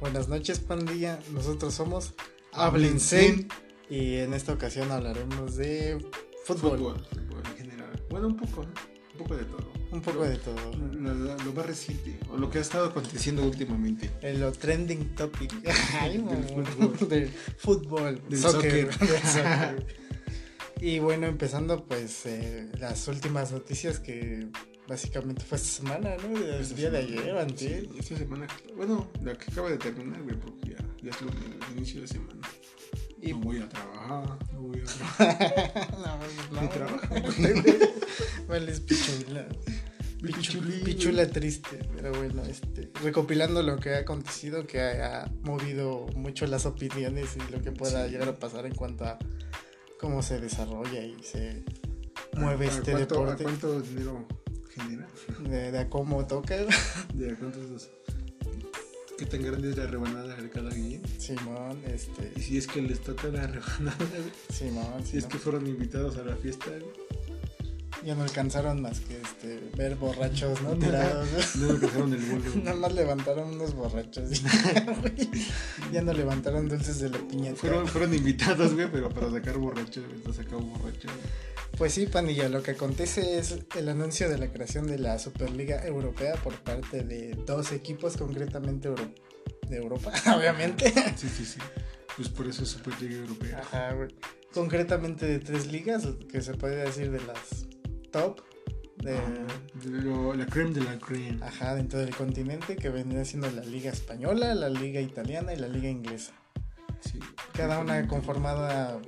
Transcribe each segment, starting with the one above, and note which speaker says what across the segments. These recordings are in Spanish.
Speaker 1: Buenas noches, pandilla. Nosotros somos Hablensen. Y en esta ocasión hablaremos de fútbol.
Speaker 2: Fútbol, fútbol en general. Bueno, un poco, ¿eh? un poco de todo.
Speaker 1: Un poco de todo.
Speaker 2: Lo, lo- lo más reciente, o lo que ha estado aconteciendo últimamente.
Speaker 1: Eh, Lo trending topic. Ay,
Speaker 2: Del
Speaker 1: mamón.
Speaker 2: fútbol.
Speaker 1: Del fútbol.
Speaker 2: Del soccer.
Speaker 1: Del soccer. y bueno, empezando pues eh, las últimas noticias que básicamente fue esta semana, ¿no? El
Speaker 2: Esta
Speaker 1: día de
Speaker 2: semana,
Speaker 1: ayer, antes.
Speaker 2: sí, esta semana, bueno, la que acaba de terminar, güey, porque ya, ya es lunes, el inicio de semana.
Speaker 1: Y-
Speaker 2: No voy a trabajar, no voy a trabajar.
Speaker 1: no,
Speaker 2: Ni trabajo.
Speaker 1: Vale, es pichula.
Speaker 2: Mi pichulín,
Speaker 1: pichula triste, pero bueno, este, recopilando lo que ha acontecido, que ha, ha movido mucho las opiniones y lo que pueda
Speaker 2: Sí.
Speaker 1: llegar a pasar en cuanto a cómo se desarrolla y se
Speaker 2: güey.
Speaker 1: mueve
Speaker 2: Ah, ¿A- a
Speaker 1: este
Speaker 2: cuánto-
Speaker 1: deporte,
Speaker 2: ¿A cuánto dinero genera?
Speaker 1: de, de a cómo toca.
Speaker 2: ¿De a cuántos dos? ¿Qué tan grande es la rebanada de cada guillén?
Speaker 1: Simón, este,
Speaker 2: Y si es que les toca la rebanada, güey,
Speaker 1: Simón,
Speaker 2: si es
Speaker 1: ¿no?
Speaker 2: que fueron invitados a la fiesta, güey.
Speaker 1: ya no alcanzaron más que este, ver borrachos, ¿no? Tirados.
Speaker 2: No me pasaron el bolo.
Speaker 1: Nada más levantaron unos borrachos. y- ya no levantaron dulces de la piñata.
Speaker 2: Fueron, fueron invitados, güey, pero para sacar borrachos, güey. Entonces sacado borrachos.
Speaker 1: Pues sí, pandilla, lo que acontece es el anuncio de la creación de la Superliga Europea por parte de dos equipos, concretamente euro- de Europa, obviamente. Ah,
Speaker 2: Sí, sí, sí. Pues por eso es Superliga Europea.
Speaker 1: Ajá, güey. Concretamente de tres ligas, que se puede decir de las top, de, Ah,
Speaker 2: Ajá. Lo- la creme de la creme.
Speaker 1: ajá, dentro del continente, que vendría siendo la Liga Española, la Liga Italiana y la Liga Inglesa.
Speaker 2: Sí.
Speaker 1: Cada una conformada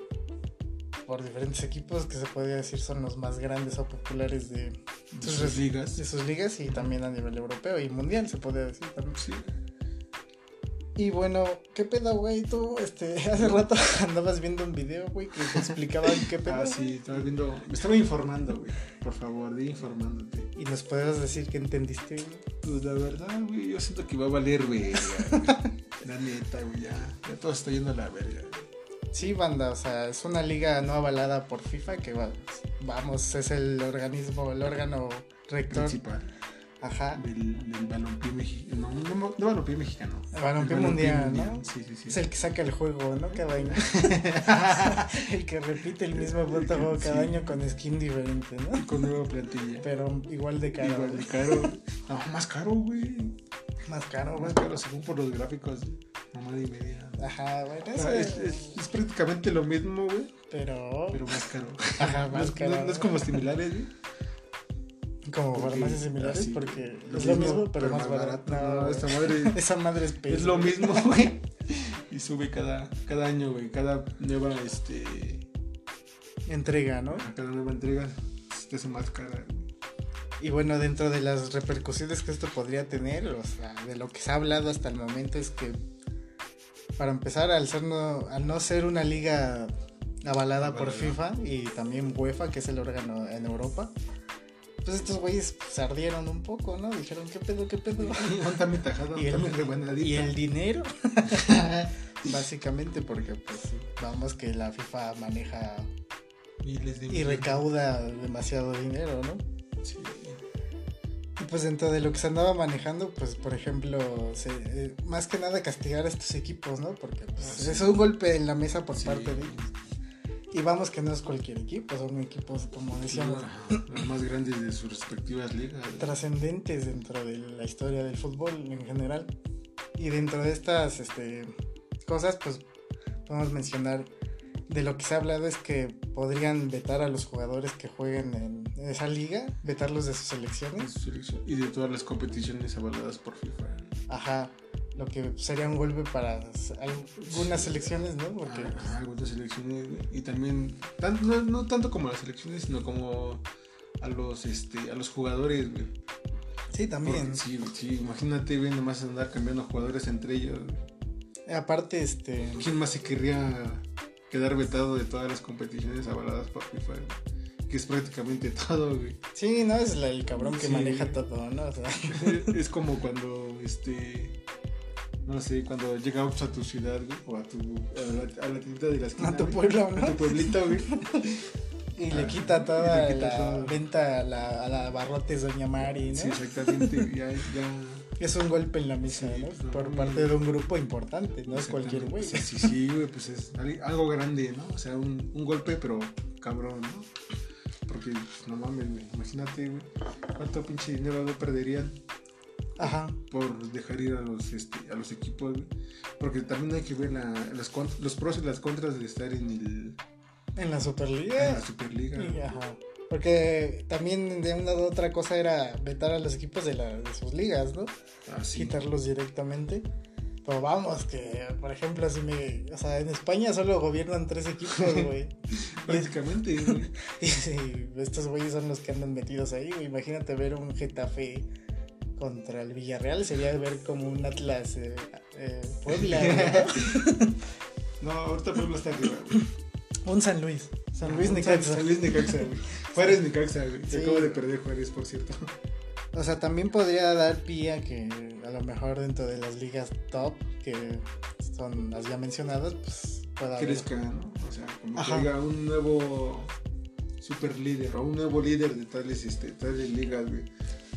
Speaker 1: por diferentes equipos que se podría decir son los más grandes o populares de,
Speaker 2: De sus ligas.
Speaker 1: de sus ligas y también a nivel europeo y mundial se podría decir también.
Speaker 2: Sí.
Speaker 1: Y bueno, ¿qué pedo, güey? Tú, este, hace rato andabas viendo un video, güey, que te explicaban qué pedo.
Speaker 2: Ah, sí, estaba viendo. Me estaba informando, güey. Por favor, di informándote.
Speaker 1: Y nos podrías decir que entendiste, güey.
Speaker 2: Pues la verdad, güey, yo siento que va a valer, güey. La neta, güey, ya. Ya todo está yendo a la verga, güey.
Speaker 1: Sí, banda, o sea, es una liga no avalada por FIFA que va, vamos, es el organismo, el órgano rector.
Speaker 2: Principal.
Speaker 1: Ajá.
Speaker 2: del, del balompié mexicano. No, no, no balompié mexicano.
Speaker 1: El balompié
Speaker 2: Del
Speaker 1: mundial, ¿no?
Speaker 2: Sí, sí, sí.
Speaker 1: Es el que saca el juego, ¿no? Cada año. el que repite el mismo puto juego cada
Speaker 2: Sí.
Speaker 1: año con skin diferente, ¿no?
Speaker 2: Con nueva plantilla.
Speaker 1: Pero igual de caro.
Speaker 2: Igual de
Speaker 1: güey.
Speaker 2: caro. No, más caro, güey.
Speaker 1: Más caro, güey.
Speaker 2: Más caro, según por los gráficos. Mamá y media.
Speaker 1: Ajá, bueno,
Speaker 2: O
Speaker 1: eso
Speaker 2: sea, Ah, es, es- es prácticamente lo mismo, güey,
Speaker 1: Pero,
Speaker 2: pero más caro.
Speaker 1: Ajá,
Speaker 2: No
Speaker 1: más
Speaker 2: es- no-
Speaker 1: caro,
Speaker 2: No, es
Speaker 1: ¿no?
Speaker 2: como similares, güey.
Speaker 1: como
Speaker 2: porque-
Speaker 1: farmacias similares
Speaker 2: así,
Speaker 1: porque es lo mismo, pero, más barato.
Speaker 2: No,
Speaker 1: No,
Speaker 2: esta
Speaker 1: güey.
Speaker 2: madre
Speaker 1: esa madre es
Speaker 2: es
Speaker 1: pez,
Speaker 2: lo
Speaker 1: güey.
Speaker 2: mismo, güey. Y sube cada, cada año, güey. Cada nueva, este.
Speaker 1: Entrega, ¿no?
Speaker 2: Cada nueva entrega te hace más cara, güey.
Speaker 1: Y bueno, dentro de las repercusiones que esto podría tener, o sea, de lo que se ha hablado hasta el momento es que, para empezar, al, ser no, al no ser una liga avalada por FIFA
Speaker 2: Avalada.
Speaker 1: y también UEFA, que es el órgano en Europa, pues estos güeyes se ardieron un poco, ¿no? Dijeron, ¿qué pedo, qué pedo?
Speaker 2: Monta mi tajada,
Speaker 1: Y el-
Speaker 2: monta mi rebanadita.
Speaker 1: Y el dinero, básicamente, porque pues vamos que la FIFA maneja
Speaker 2: Miles de
Speaker 1: y recauda demasiado dinero, ¿no?
Speaker 2: Sí.
Speaker 1: Y pues dentro de lo que se andaba manejando, pues por ejemplo, se- eh, más que nada castigar a estos equipos, ¿no? Porque pues,
Speaker 2: Ah, sí.
Speaker 1: es un golpe en la mesa por
Speaker 2: Sí.
Speaker 1: parte de ellos. Y vamos que no es cualquier equipo, son equipos, como decíamos,
Speaker 2: Ajá, Los más grandes de sus respectivas ligas.
Speaker 1: trascendentes dentro de la historia del fútbol en general. Y dentro de estas este, cosas, pues podemos mencionar de lo que se ha hablado es que podrían vetar a los jugadores que jueguen en esa liga, vetarlos de sus
Speaker 2: de
Speaker 1: selecciones.
Speaker 2: su selección Y de todas las competiciones avaladas por FIFA.
Speaker 1: Ajá, lo que sería un golpe para s- algunas selecciones, ¿no? Porque pues,
Speaker 2: Ajá, algunas selecciones. Ah, güey. Y también, tan- no, no tanto como las selecciones, sino como a los este a los jugadores güey.
Speaker 1: sí, también.
Speaker 2: Porque sí, güey, sí, imagínate güey, nomás andar cambiando jugadores entre ellos güey.
Speaker 1: Aparte, este,
Speaker 2: quién más se querría quedar vetado de todas las competiciones avaladas por FIFA güey? que es prácticamente todo güey
Speaker 1: sí, no es la- el cabrón que
Speaker 2: Sí.
Speaker 1: maneja todo, ¿no? O sea,
Speaker 2: es como cuando este no sé cuando llegamos a tu ciudad güey, o a tu a la, a la tiendita de la esquina
Speaker 1: a tu
Speaker 2: güey,
Speaker 1: pueblo,
Speaker 2: a tu
Speaker 1: ¿no?
Speaker 2: pueblito güey
Speaker 1: Y
Speaker 2: Ah,
Speaker 1: le quita toda
Speaker 2: y le quita
Speaker 1: la
Speaker 2: todo.
Speaker 1: venta a la, a la Barrotes Doña Mari, ¿no?
Speaker 2: Sí, exactamente. ya, ya.
Speaker 1: Es un golpe en la mesa,
Speaker 2: Sí,
Speaker 1: ¿no?
Speaker 2: pues, no,
Speaker 1: Por
Speaker 2: no.
Speaker 1: parte de un grupo importante, no es cualquier güey.
Speaker 2: Sí, sí, sí, güey, pues es ali- algo grande, ¿no? O sea, un, un golpe, pero cabrón, ¿no? Porque, pues, no mames, güey, imagínate, güey, cuánto pinche dinero no perderían
Speaker 1: Ajá.
Speaker 2: por dejar ir a los, este, a los equipos, güey. Porque también hay que ver la- las, con- los pros y las contras de estar en, el,
Speaker 1: En la
Speaker 2: en
Speaker 1: Superliga.
Speaker 2: la Superliga.
Speaker 1: Eh, Y- Ajá. Porque también de una u otra cosa era vetar a los equipos de, la- de sus ligas, ¿no?
Speaker 2: Así.
Speaker 1: Quitarlos directamente. Pero vamos, que por ejemplo, si me. O sea, en España solo gobiernan tres equipos, güey.
Speaker 2: Prácticamente, güey.
Speaker 1: Y sí, estos güeyes son los que andan metidos ahí, güey. Imagínate ver un Getafe contra el Villarreal. Sería ver como un Atlas eh, eh, Puebla,
Speaker 2: No, ahorita Puebla está arriba, güey.
Speaker 1: ¿no? un San Luis. San Luis Necaxa.
Speaker 2: Ah, San Luis Necaxa, güey. Juárez Necaxa, güey. Se
Speaker 1: Sí.
Speaker 2: acaba de perder Juárez, por cierto.
Speaker 1: O sea, también podría dar pie a que a lo mejor dentro de las ligas top, que son las ya mencionadas, pues pueda haber.
Speaker 2: Crezca, ¿no? O sea, como
Speaker 1: Ajá.
Speaker 2: que haya un nuevo super líder o un nuevo líder de tales, este, tales ligas, güey.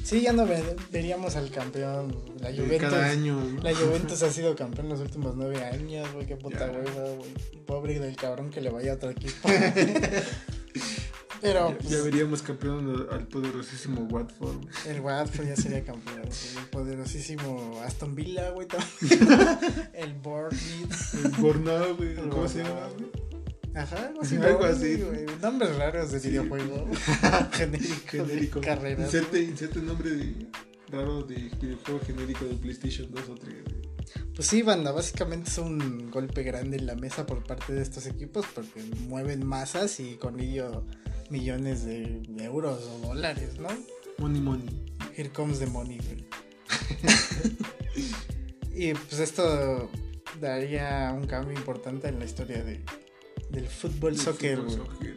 Speaker 1: Sí, ya no ve- veríamos al campeón, la
Speaker 2: De
Speaker 1: Juventus.
Speaker 2: Cada año, ¿no?
Speaker 1: La Juventus ha sido campeón los últimos nueve años, güey, qué puta
Speaker 2: Ya.
Speaker 1: hueva, güey. Pobre del cabrón que le vaya a otro equipo. Pero
Speaker 2: Ya-
Speaker 1: pues,
Speaker 2: ya, veríamos campeón al- al poderosísimo Watford, güey.
Speaker 1: el Watford ya sería campeón. güey. El poderosísimo Aston Villa, güey, también. el Bournemouth.
Speaker 2: El Bornado, güey.
Speaker 1: El
Speaker 2: ¿Cómo se
Speaker 1: Bornado.
Speaker 2: llama, güey?
Speaker 1: Ajá,
Speaker 2: Algo así.
Speaker 1: güey. Nombres raros de
Speaker 2: Sí.
Speaker 1: videojuego. Genérico.
Speaker 2: Genérico.
Speaker 1: Carreras.
Speaker 2: Inserte, inserte nombre de- raro de videojuego genérico de PlayStation 2 o 3, güey.
Speaker 1: Pues sí, banda, básicamente es un golpe grande en la mesa por parte de estos equipos porque mueven masas y con ello millones de euros o dólares, ¿no?
Speaker 2: Money, money.
Speaker 1: Here comes the money, güey. y pues esto daría un cambio importante en la historia de, del fútbol
Speaker 2: El
Speaker 1: soccer,
Speaker 2: fútbol
Speaker 1: güey.
Speaker 2: soccer.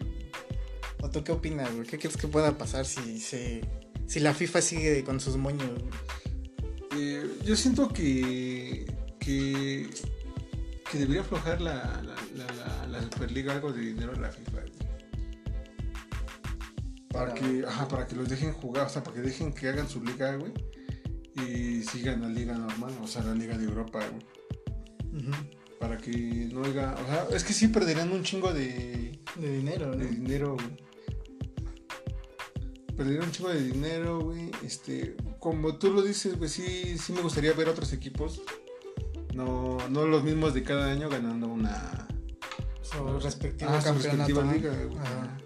Speaker 1: ¿O tú qué opinas, güey? ¿Qué crees que pueda pasar si se... Si la FIFA sigue con sus moños, güey?
Speaker 2: Eh, yo siento que, que, que debería aflojar la, la, la- la- la Superliga algo de dinero a la FIFA. güey.
Speaker 1: Para-
Speaker 2: Para, que, ajá, para que los dejen jugar, o sea, para que dejen que hagan su liga, güey. Y sigan la liga normal, o sea, la liga de Europa, güey. Para que no haga... O sea, es que sí perderían un chingo de,
Speaker 1: De dinero,
Speaker 2: de
Speaker 1: ¿no?
Speaker 2: dinero, güey. Perder un chico de dinero, güey. Este, como tú lo dices, güey, sí, sí me gustaría ver otros equipos. No, no los mismos de cada año ganando una.
Speaker 1: Su respectivo
Speaker 2: Ah, su
Speaker 1: campeonato.
Speaker 2: respectiva
Speaker 1: ¿no?
Speaker 2: liga, güey.
Speaker 1: Ajá.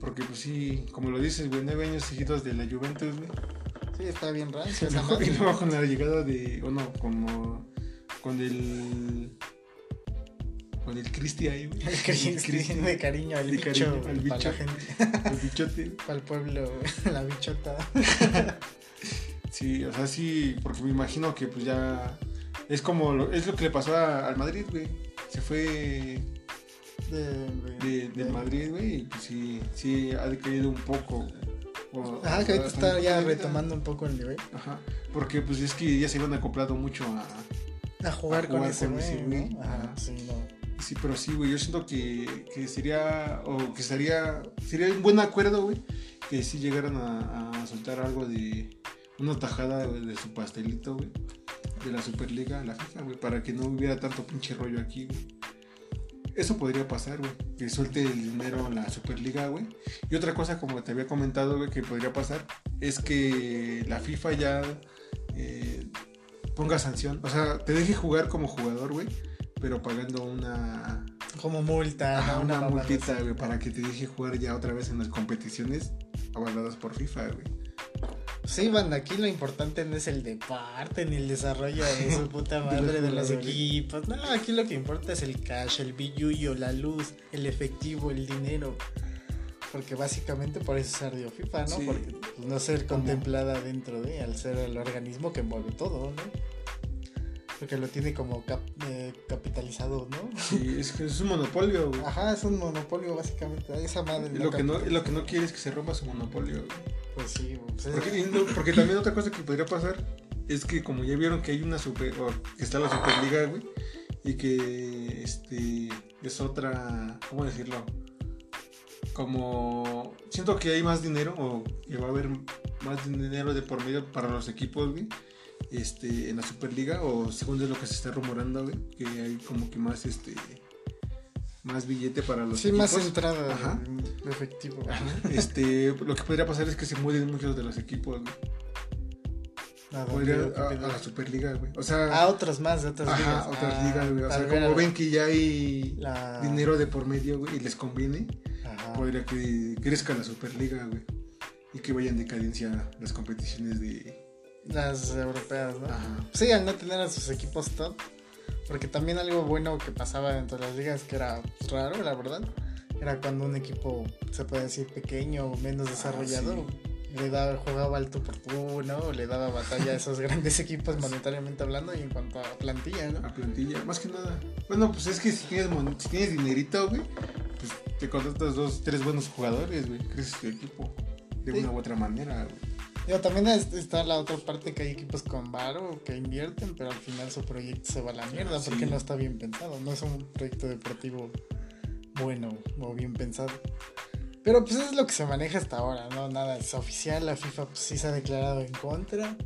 Speaker 2: Porque, pues sí, como lo dices, güey, nueve años seguidos de la Juventus, güey.
Speaker 1: Sí, está bien rancio.
Speaker 2: Y
Speaker 1: esa
Speaker 2: luego-
Speaker 1: madre.
Speaker 2: y luego con la llegada de. O no, como. Con el. Con el Cristi ahí, güey.
Speaker 1: El cariño,
Speaker 2: El Cristi,
Speaker 1: de cariño al
Speaker 2: De
Speaker 1: bicho, güey,
Speaker 2: cariño al
Speaker 1: para
Speaker 2: bicho.
Speaker 1: la gente,
Speaker 2: el bichote, güey.
Speaker 1: para el pueblo, güey, la bichota.
Speaker 2: Sí, o sea, sí, porque me imagino que pues ya es como lo, es lo que le pasó a- al Madrid, güey. Se fue
Speaker 1: De,
Speaker 2: de, del Madrid, güey, y pues sí, sí ha decaído un poco. O-
Speaker 1: Ajá, Ah, que ahorita
Speaker 2: hasta
Speaker 1: está
Speaker 2: un
Speaker 1: ya
Speaker 2: poco ahorita.
Speaker 1: retomando un poco el nivel.
Speaker 2: Ajá, porque pues es que ya se iban acoplando mucho a...
Speaker 1: A jugar,
Speaker 2: A jugar
Speaker 1: con ese
Speaker 2: con ese
Speaker 1: güey,
Speaker 2: güey.
Speaker 1: ¿no? Ajá,
Speaker 2: Ajá.
Speaker 1: sí, no.
Speaker 2: Sí, pero sí, güey, yo siento que, que sería, o que estaría, sería un buen acuerdo, güey, que sí llegaran a, a soltar algo de una tajada güey, de su pastelito, güey, de la Superliga a la FIFA, güey, para que no hubiera tanto pinche rollo aquí, güey. Eso podría pasar, güey, que suelte el dinero a la Superliga, güey. Y otra cosa, como te había comentado, güey, que podría pasar, es que la FIFA ya eh, ponga sanción, o sea, te deje jugar como jugador, güey, pero pagando una,
Speaker 1: Como multa,
Speaker 2: Ajá,
Speaker 1: ¿no?
Speaker 2: una,
Speaker 1: mamada
Speaker 2: multita,
Speaker 1: así.
Speaker 2: güey, para que te deje jugar ya otra vez en las competiciones avaladas por FIFA, güey.
Speaker 1: Pues Sí, banda, aquí lo importante no es el deporte ni el desarrollo de su puta madre de los
Speaker 2: jugadores.
Speaker 1: equipos. No, aquí lo que importa es el cash, el billuyo, la luz, el efectivo, el dinero. Porque básicamente por eso se ardió FIFA, ¿no?
Speaker 2: Sí.
Speaker 1: Porque pues, no ser
Speaker 2: ¿Cómo?
Speaker 1: contemplada dentro de, al ser el organismo que mueve todo, ¿no? Porque lo tiene como cap- eh, capitalizado, ¿no?
Speaker 2: Sí, es que es un monopolio, güey.
Speaker 1: Ajá, es un monopolio básicamente. Esa madre.
Speaker 2: Y Lo que, no, y lo que no quiere es que se rompa su monopolio, güey.
Speaker 1: Pues sí, pues es-
Speaker 2: Porque, y no- porque también otra cosa que podría pasar es que como ya vieron que hay una super, o que está la Superliga, güey, y que este es otra, ¿cómo decirlo? como siento que hay más dinero o que va a haber más dinero de por medio para los equipos, güey. Este, en la Superliga o según es lo que se está rumorando, güey, que hay como que más este más billete para los
Speaker 1: Sí,
Speaker 2: equipos.
Speaker 1: más entrada
Speaker 2: Ajá.
Speaker 1: de efectivo.
Speaker 2: Ajá. Este, lo que podría pasar es que se mueven muchos de los equipos, güey.
Speaker 1: ¿A dónde?
Speaker 2: Podría-
Speaker 1: ¿Qué
Speaker 2: a, a
Speaker 1: pedo?
Speaker 2: la Superliga, güey. O sea,
Speaker 1: Ah, otros más, de otras
Speaker 2: ajá,
Speaker 1: ligas.
Speaker 2: otras
Speaker 1: Ah,
Speaker 2: ligas, güey. O
Speaker 1: para
Speaker 2: sea,
Speaker 1: ver
Speaker 2: como
Speaker 1: a-
Speaker 2: ven que ya hay
Speaker 1: la- Ah.
Speaker 2: dinero pues. de por medio, güey, y les conviene,
Speaker 1: Ajá.
Speaker 2: podría que crezca la Superliga, güey. Y que vayan de cadencia las competiciones de.
Speaker 1: Las europeas, ¿no?
Speaker 2: Ajá.
Speaker 1: Sí, al no tener a sus equipos top. Porque también algo bueno que pasaba dentro de las ligas, que era pues, raro, la verdad, era cuando un equipo, se puede decir, pequeño o menos
Speaker 2: Ah,
Speaker 1: desarrollado, le daba, jugaba al tú por tú, ¿no? O Le daba batalla a esos grandes equipos monetariamente hablando y en cuanto a plantilla, ¿no?
Speaker 2: A plantilla, más que nada. Bueno, pues es que si tienes, mon- si tienes dinerito, güey, pues te contratas dos, tres buenos jugadores, güey. Creces tu equipo. De
Speaker 1: Sí.
Speaker 2: una u otra manera, güey.
Speaker 1: Digo, también es- está la otra parte que hay equipos con varo que invierten, pero al final su proyecto se va a la mierda
Speaker 2: sí.
Speaker 1: porque no está bien pensado. No es un proyecto deportivo bueno o bien pensado. Pero pues es lo que se maneja hasta ahora, ¿no? Nada es oficial. La FIFA pues, sí se ha declarado en contra.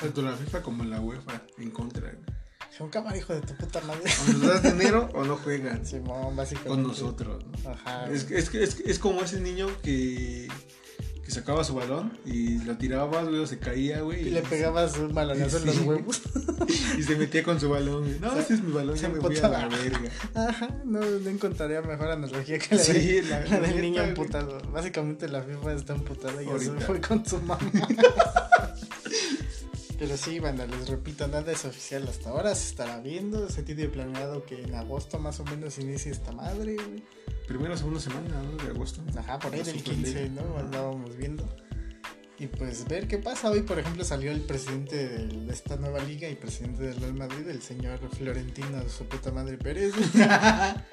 Speaker 2: Tanto la FIFA como la UEFA en contra, güey.
Speaker 1: Son cámara, hijo de tu puta madre.
Speaker 2: O nos das dinero o no juegan
Speaker 1: Simón, básicamente.
Speaker 2: con nosotros, ¿no?
Speaker 1: Ajá.
Speaker 2: Es, que- es, que- es, que- es como ese niño que, que sacaba su balón y lo tirabas, güey, o se caía, güey.
Speaker 1: y le pegabas un balonazo en los
Speaker 2: Sí.
Speaker 1: huevos.
Speaker 2: Y se metía con su balón, güey. No,
Speaker 1: Se-
Speaker 2: ese es mi balón,
Speaker 1: se
Speaker 2: ya me voy a la
Speaker 1: emputaba.
Speaker 2: verga.
Speaker 1: Ajá, no, no encontraría mejor analogía que la,
Speaker 2: Sí,
Speaker 1: de-
Speaker 2: la-
Speaker 1: la
Speaker 2: la
Speaker 1: del niño
Speaker 2: neta,
Speaker 1: amputado. Básicamente la FIFA está amputada y eso
Speaker 2: Ahorita.
Speaker 1: fue con su mamá. Pero sí, banda, les repito, nada es oficial hasta ahora, se estará viendo, se tiene planeado que en agosto más o menos inicie esta madre, güey.
Speaker 2: Primera, segunda semana, ¿no? De agosto.
Speaker 1: Ajá, por ahí
Speaker 2: La
Speaker 1: del
Speaker 2: Superliga.
Speaker 1: 15, ¿no?
Speaker 2: Ajá.
Speaker 1: Andábamos viendo. Y pues ver qué pasa. Hoy, por ejemplo, salió el presidente del- de esta nueva liga y presidente del Real Madrid, el señor Florentino, su puta madre Pérez.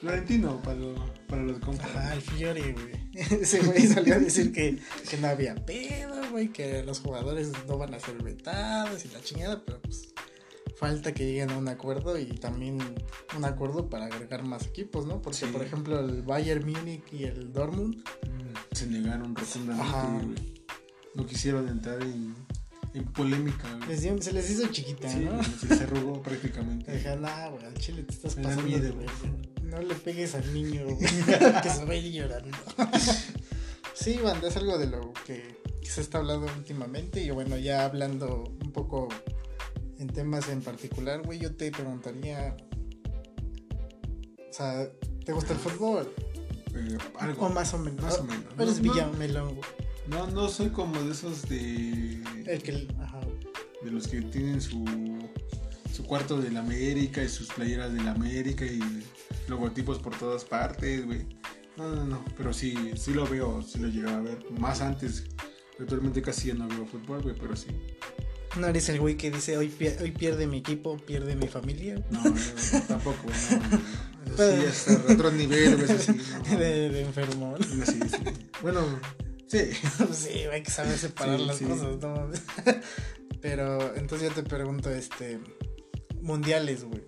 Speaker 2: Florentino, para, lo- para los compas.
Speaker 1: Ajá, el Fiore, güey. Ese güey salió a decir que, que no había pedo, güey, que los jugadores no van a ser vetados y la chingada, pero pues falta que lleguen a un acuerdo y también un acuerdo para agregar más equipos, ¿no? Porque,
Speaker 2: Sí.
Speaker 1: por ejemplo, el Bayern Múnich y el Dortmund
Speaker 2: Mm, Se negaron rotundamente,
Speaker 1: Ajá.
Speaker 2: güey. No quisieron entrar en, en polémica, güey.
Speaker 1: les dio- se les hizo chiquita,
Speaker 2: Sí,
Speaker 1: ¿no?
Speaker 2: güey, se se rogó prácticamente.
Speaker 1: Dijeron, ah, güey, al chile te estás
Speaker 2: Me da
Speaker 1: pasando
Speaker 2: miedo,
Speaker 1: de
Speaker 2: güey.
Speaker 1: verga. No le pegues al niño, güey, que se va a ir llorando. sí, banda, es algo de lo que se está hablando últimamente. Y bueno, ya hablando un poco en temas en particular, güey, yo te preguntaría. O sea, ¿te gusta el fútbol?
Speaker 2: Eh, algo.
Speaker 1: O más o menos.
Speaker 2: Más o menos.
Speaker 1: ¿O Eres
Speaker 2: No, no.
Speaker 1: villamelón, güey.
Speaker 2: No, no soy como de esos de.
Speaker 1: El que. Ajá.
Speaker 2: de los que tienen su, su cuarto de la América y sus playeras de la América y logotipos por todas partes, güey. No, no, no, pero sí, sí lo veo, sí lo llegaba a ver. Más antes, actualmente casi ya no veo fútbol, güey, pero sí.
Speaker 1: No eres el güey que dice hoy, pier- hoy pierde mi equipo, pierde mi familia.
Speaker 2: No, no, no, tampoco, güey, no, no, no. Eso
Speaker 1: Pero-
Speaker 2: sí, hasta otro nivel, güey, eso sí, no,
Speaker 1: De, de enfermón.
Speaker 2: no, sí, sí. Bueno, sí.
Speaker 1: Sí, hay que saber separar
Speaker 2: Sí,
Speaker 1: las
Speaker 2: sí.
Speaker 1: cosas, ¿no? Pero entonces yo te pregunto, este, mundiales, güey,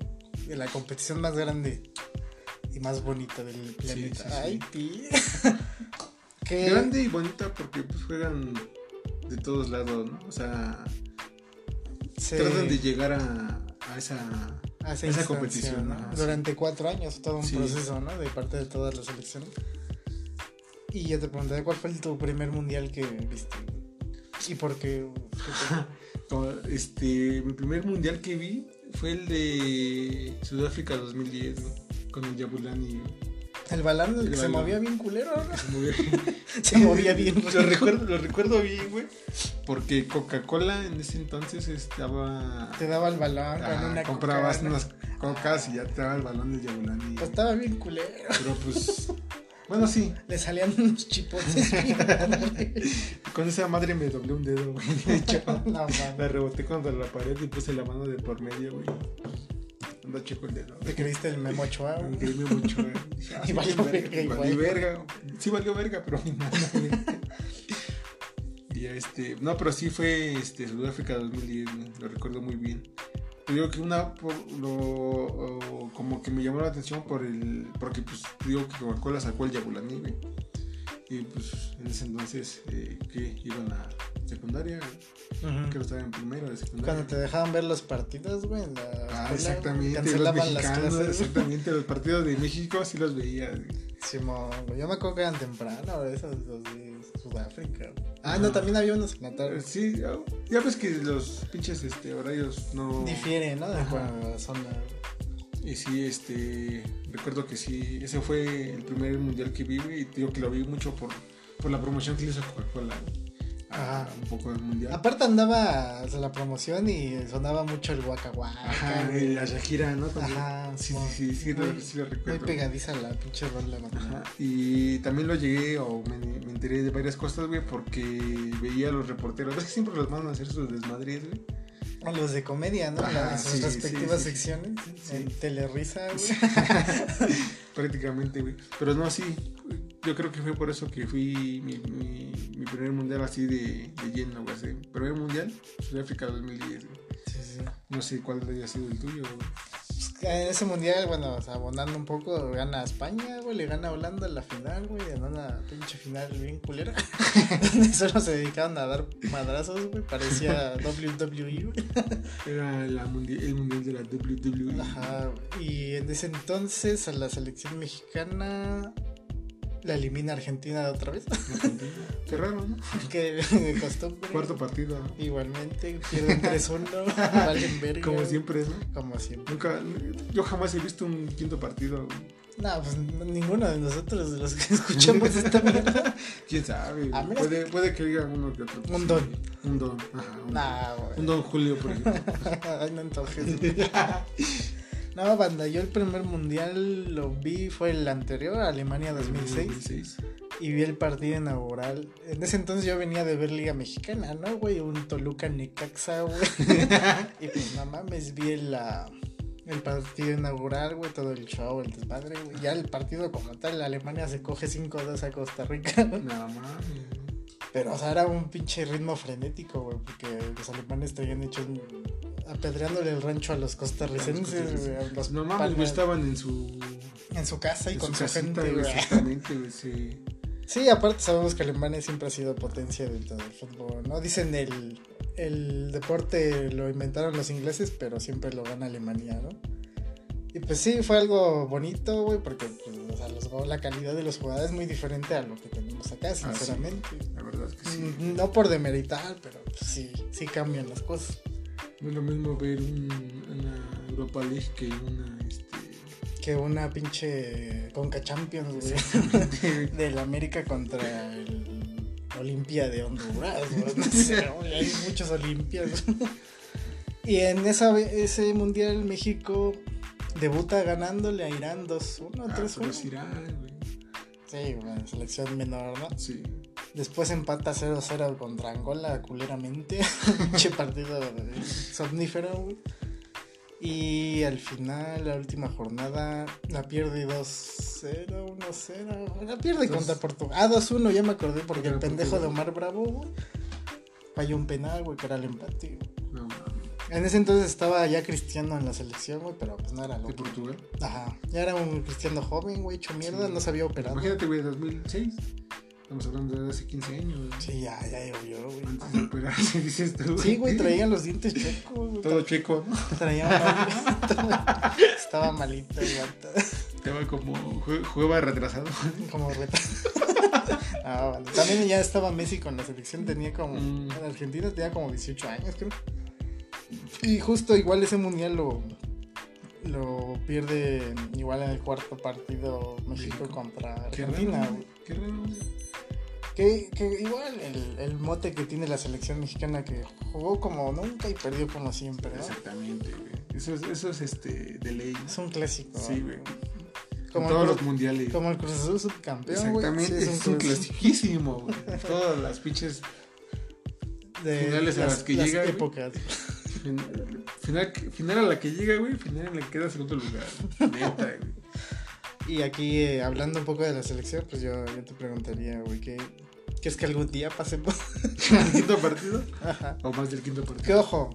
Speaker 1: de la competición más grande y más bonita del planeta.
Speaker 2: sí, sí.
Speaker 1: Ay, pi. ¿Qué?
Speaker 2: Grande y bonita porque pues juegan de todos lados, ¿no? O sea,
Speaker 1: se
Speaker 2: tratan de llegar a, a esa
Speaker 1: hace
Speaker 2: esa
Speaker 1: instancia,
Speaker 2: competición,
Speaker 1: ¿no?
Speaker 2: ajá, sí.
Speaker 1: Durante cuatro años, todo un
Speaker 2: Sí.
Speaker 1: proceso, ¿no? De parte de todas las selecciones. Y yo te pregunté, ¿cuál fue tu primer mundial que viste? ¿Y por qué?
Speaker 2: Como, Este, mi primer mundial que vi fue el de Sudáfrica 2010, güey, con el Yabulani. güey,
Speaker 1: El balán el
Speaker 2: El
Speaker 1: que se
Speaker 2: balón.
Speaker 1: movía bien culero, ¿no?
Speaker 2: que se movía
Speaker 1: Se movía
Speaker 2: bien.
Speaker 1: bien.
Speaker 2: lo, recuerdo, lo recuerdo bien, güey. Porque Coca-Cola en ese entonces estaba.
Speaker 1: Te daba el balón
Speaker 2: Ah,
Speaker 1: con una
Speaker 2: comprabas
Speaker 1: cocana.
Speaker 2: unas cocas y ya te daba el balón del Yabulani.
Speaker 1: Pues estaba bien culero.
Speaker 2: Pero pues. Bueno, sí,
Speaker 1: Le salían unos chipotes. bien padres.
Speaker 2: con esa madre me doblé un dedo, güey. De hecho,
Speaker 1: no,
Speaker 2: la
Speaker 1: mames.
Speaker 2: reboté contra la pared y puse la mano de por medio, güey. Anda chico el dedo.
Speaker 1: Te creíste el Memo Ochoa, güey.
Speaker 2: Increíble mucho, güey.
Speaker 1: Y valió verga igual.
Speaker 2: Valió verga. Sí valió verga, pero ni nada, güey. Y ya este. No, pero sí fue este, Sudáfrica 2010, güey, Lo recuerdo muy bien. Te digo que una por lo o- como que me llamó la atención por el porque pues te digo que Coca-Cola sacó el Yabulani, güey. Y pues en ese entonces eh, que iban a secundaria, güey? creo que estaba en primero de secundaria.
Speaker 1: Cuando te dejaban ver los partidos, güey, en la escuela,
Speaker 2: Ah, exactamente,
Speaker 1: Pues,
Speaker 2: los
Speaker 1: cancelaban las
Speaker 2: mexicanos,
Speaker 1: clases. güey.
Speaker 2: exactamente, los partidos de México sí los veía. güey.
Speaker 1: Simón, güey, yo me acuerdo que eran temprano, güey, esos los de Sudáfrica. güey. Ah,
Speaker 2: Ah.
Speaker 1: no, también había unos en la tarde.
Speaker 2: Sí, ya, ya ves que los pinches este, horarios no...
Speaker 1: Difiere, ¿no? De
Speaker 2: Ajá.
Speaker 1: cuando son la-
Speaker 2: Y sí, este, recuerdo que sí, ese fue el primer mundial que vi güey, y digo que lo vi mucho por, por la promoción que le hizo Coca-Cola güey, a-
Speaker 1: Ajá.
Speaker 2: un poco del mundial.
Speaker 1: Aparte andaba o sea, la promoción y sonaba mucho el guaca
Speaker 2: Ajá, güey, la Shakira, ¿no? También.
Speaker 1: Ajá,
Speaker 2: sí,
Speaker 1: Simón.
Speaker 2: sí, sí, sí, lo,
Speaker 1: Muy-
Speaker 2: sí lo
Speaker 1: Muy
Speaker 2: recuerdo.
Speaker 1: pegadiza la pinche rola, güey.
Speaker 2: Ajá, Y también lo llegué o me, me enteré de varias cosas, güey, porque veía a los reporteros. Es que siempre los mandan a hacer sus desmadres, güey.
Speaker 1: A los de comedia, ¿no?
Speaker 2: Ajá,
Speaker 1: Las
Speaker 2: sí,
Speaker 1: sus respectivas
Speaker 2: sí, sí.
Speaker 1: secciones.
Speaker 2: Sí.
Speaker 1: En Telerisa, güey.
Speaker 2: Prácticamente, güey. Pero no, sí. Yo creo que fue por eso que fui mi, mi, mi primer mundial así de, de lleno, güey. así. Primer mundial, Sudáfrica 2010, güey.
Speaker 1: Sí, sí.
Speaker 2: No sé cuál haya sido el tuyo, güey.
Speaker 1: Pues, en ese mundial, bueno, o sea, abonando un poco, gana España, güey, le gana a Holanda la final, güey, en una pinche final bien culera. donde solo se dedicaban a dar madrazos, güey, parecía WWE, güey.
Speaker 2: Era la mundi- el mundial de la E. WWE.
Speaker 1: Ajá, güey. Y en ese entonces a la selección mexicana la elimina Argentina otra vez,
Speaker 2: Argentina. Qué raro, ¿no?
Speaker 1: que de costumbre.
Speaker 2: Cuarto partido. ¿no?
Speaker 1: Igualmente, pierden 3-1, valen verga.
Speaker 2: Como
Speaker 1: güey.
Speaker 2: siempre, ¿no?
Speaker 1: Como siempre.
Speaker 2: Nunca, yo jamás he visto un quinto partido. güey.
Speaker 1: No, pues n- ninguno de nosotros, de los que escuchamos esta mierda.
Speaker 2: ¿Quién sabe?
Speaker 1: A menos
Speaker 2: Puede, puede que diga uno que otro.
Speaker 1: Un don.
Speaker 2: Sí, Un don. Ajá, un,
Speaker 1: Nah,
Speaker 2: un
Speaker 1: güey.
Speaker 2: don Julio, por ejemplo.
Speaker 1: Ay, no antojes. güey. No, banda, yo el primer mundial lo vi, fue el anterior, Alemania 2006.
Speaker 2: 2006.
Speaker 1: Y vi el partido inaugural. En ese entonces yo venía de ver Liga Mexicana, ¿no, güey? Un Toluca Necaxa, güey. y pues no mames, vi la. El partido inaugural, güey, todo el show, el desmadre, güey. Ya el partido como tal, Alemania se coge 5-2 a Costa Rica, güey.
Speaker 2: Nada más.
Speaker 1: Pero, o sea, era un pinche ritmo frenético, güey, porque los alemanes estarían hechos apedreándole el rancho a los costarricenses, güey. a los
Speaker 2: Los mamás
Speaker 1: palmas,
Speaker 2: estaban en su.
Speaker 1: En su casa y
Speaker 2: en
Speaker 1: con su,
Speaker 2: casita,
Speaker 1: gente,
Speaker 2: güey,
Speaker 1: güey.
Speaker 2: Exactamente, güey. Sí.
Speaker 1: Sí, aparte sabemos que Alemania siempre ha sido potencia dentro del fútbol, ¿no? Dicen el, el deporte lo inventaron los ingleses, pero siempre lo gana Alemania, ¿no? Y pues sí, fue algo bonito, güey, porque pues, o sea, los go- la calidad de los jugadores es muy diferente a lo que tenemos acá,
Speaker 2: Ah, sí.
Speaker 1: sinceramente.
Speaker 2: La verdad es que sí.
Speaker 1: Mm, No por demeritar, pero pues, sí, sí cambian las cosas.
Speaker 2: No es lo mismo ver un, una Europa League que una. este,
Speaker 1: Que una pinche Conca Champions, güey.
Speaker 2: Este,
Speaker 1: Del América contra el Olimpia de Honduras, güey. No sé, güey, hay muchos Olimpias. Y en esa, ve- ese Mundial México debuta ganándole a Irán 2-1,
Speaker 2: Ah, pero
Speaker 1: 3-1.
Speaker 2: es Irán, güey.
Speaker 1: Sí, güey, selección menor, ¿no?
Speaker 2: Sí.
Speaker 1: Después empata 0-0 contra Angola, culeramente. Pinche partido eh, somnífero, güey. Y al final, la última jornada, la pierde 2-0, 1-0. La pierde
Speaker 2: Dos-
Speaker 1: contra Portugal. Ah, 2-1, ya me acordé, porque el
Speaker 2: Contra
Speaker 1: pendejo de
Speaker 2: Portugal.
Speaker 1: Omar Bravo, güey, falló un penal, güey, que era el empate. güey.
Speaker 2: No mames.
Speaker 1: En ese entonces estaba ya Cristiano en la selección, güey, pero pues no era
Speaker 2: ¿De
Speaker 1: loco.
Speaker 2: Portugal?
Speaker 1: Ajá, ya era un Cristiano joven, güey, hecho mierda,
Speaker 2: Sí.
Speaker 1: no se había operado.
Speaker 2: Imagínate, güey, 2006. Estamos hablando de hace 15 años. güey.
Speaker 1: Sí, ya, ya llovió, güey.
Speaker 2: Antes de operarse, dices tú.
Speaker 1: Sí, güey, traían los dientes checos, güey.
Speaker 2: Todo checo, ¿no?
Speaker 1: Traía mal- Estaba malito el vato.
Speaker 2: Estaba como. jue- Jugaba retrasado.
Speaker 1: Como reta. Ah, bueno. También ya estaba Messi con la selección. Tenía como.
Speaker 2: Mm.
Speaker 1: En Argentina tenía como 18 años, creo. Y justo igual ese mundial lo. Lo pierde igual en el cuarto partido México
Speaker 2: México.
Speaker 1: contra
Speaker 2: Qué
Speaker 1: Argentina.
Speaker 2: raro.
Speaker 1: güey.
Speaker 2: güey, Qué raro. güey.
Speaker 1: Que, que igual el, el mote que tiene la selección mexicana que jugó como nunca y perdió como siempre. ¿no?
Speaker 2: Exactamente, güey. Eso es, eso es este, de ley.
Speaker 1: Es un clásico.
Speaker 2: Sí, güey.
Speaker 1: Como
Speaker 2: Como
Speaker 1: el
Speaker 2: todos
Speaker 1: Cruz-
Speaker 2: los mundiales.
Speaker 1: Como el Cruz Azul subcampeón, güey.
Speaker 2: Exactamente,
Speaker 1: Sí,
Speaker 2: es
Speaker 1: Cruz
Speaker 2: un
Speaker 1: Azul
Speaker 2: clasiquísimo, güey. Todas las pinches.
Speaker 1: de
Speaker 2: finales a las que llega, güey.
Speaker 1: épocas.
Speaker 2: fin- Final, final a la que llega, güey. Final en la que queda en segundo lugar. Neta, güey.
Speaker 1: Y aquí, eh, hablando un poco de la selección, pues yo, yo te preguntaría, güey, ¿qué, ¿quieres que algún día pasemos?
Speaker 2: ¿El quinto partido?
Speaker 1: Ajá.
Speaker 2: ¿O más del quinto partido?
Speaker 1: Que ojo,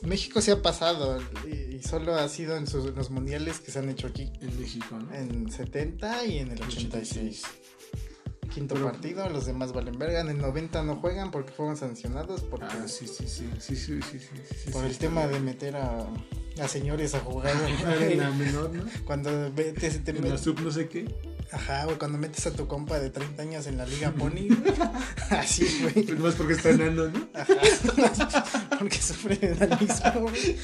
Speaker 1: México se ha pasado y, y solo ha sido en, sus- los mundiales que se han hecho aquí.
Speaker 2: en México, ¿no?
Speaker 1: En 70 y en el 86. Quinto
Speaker 2: Pero-
Speaker 1: partido, los demás valen verga. En el 90 no juegan porque fueron sancionados porque,
Speaker 2: Ah, sí, sí, sí, sí, sí, sí, sí, sí,
Speaker 1: por
Speaker 2: sí,
Speaker 1: el
Speaker 2: está
Speaker 1: tema de
Speaker 2: bien.
Speaker 1: meter a, a señores a jugar.
Speaker 2: en la menor, ¿no?
Speaker 1: cuando metes, te
Speaker 2: En la
Speaker 1: met-
Speaker 2: sub no sé qué.
Speaker 1: Ajá, güey, cuando metes a tu compa de 30 años en la Liga Pony. güey. Así, güey.
Speaker 2: Pues más porque está enano, ¿no?
Speaker 1: Ajá. Porque sufre de enanismo, güey.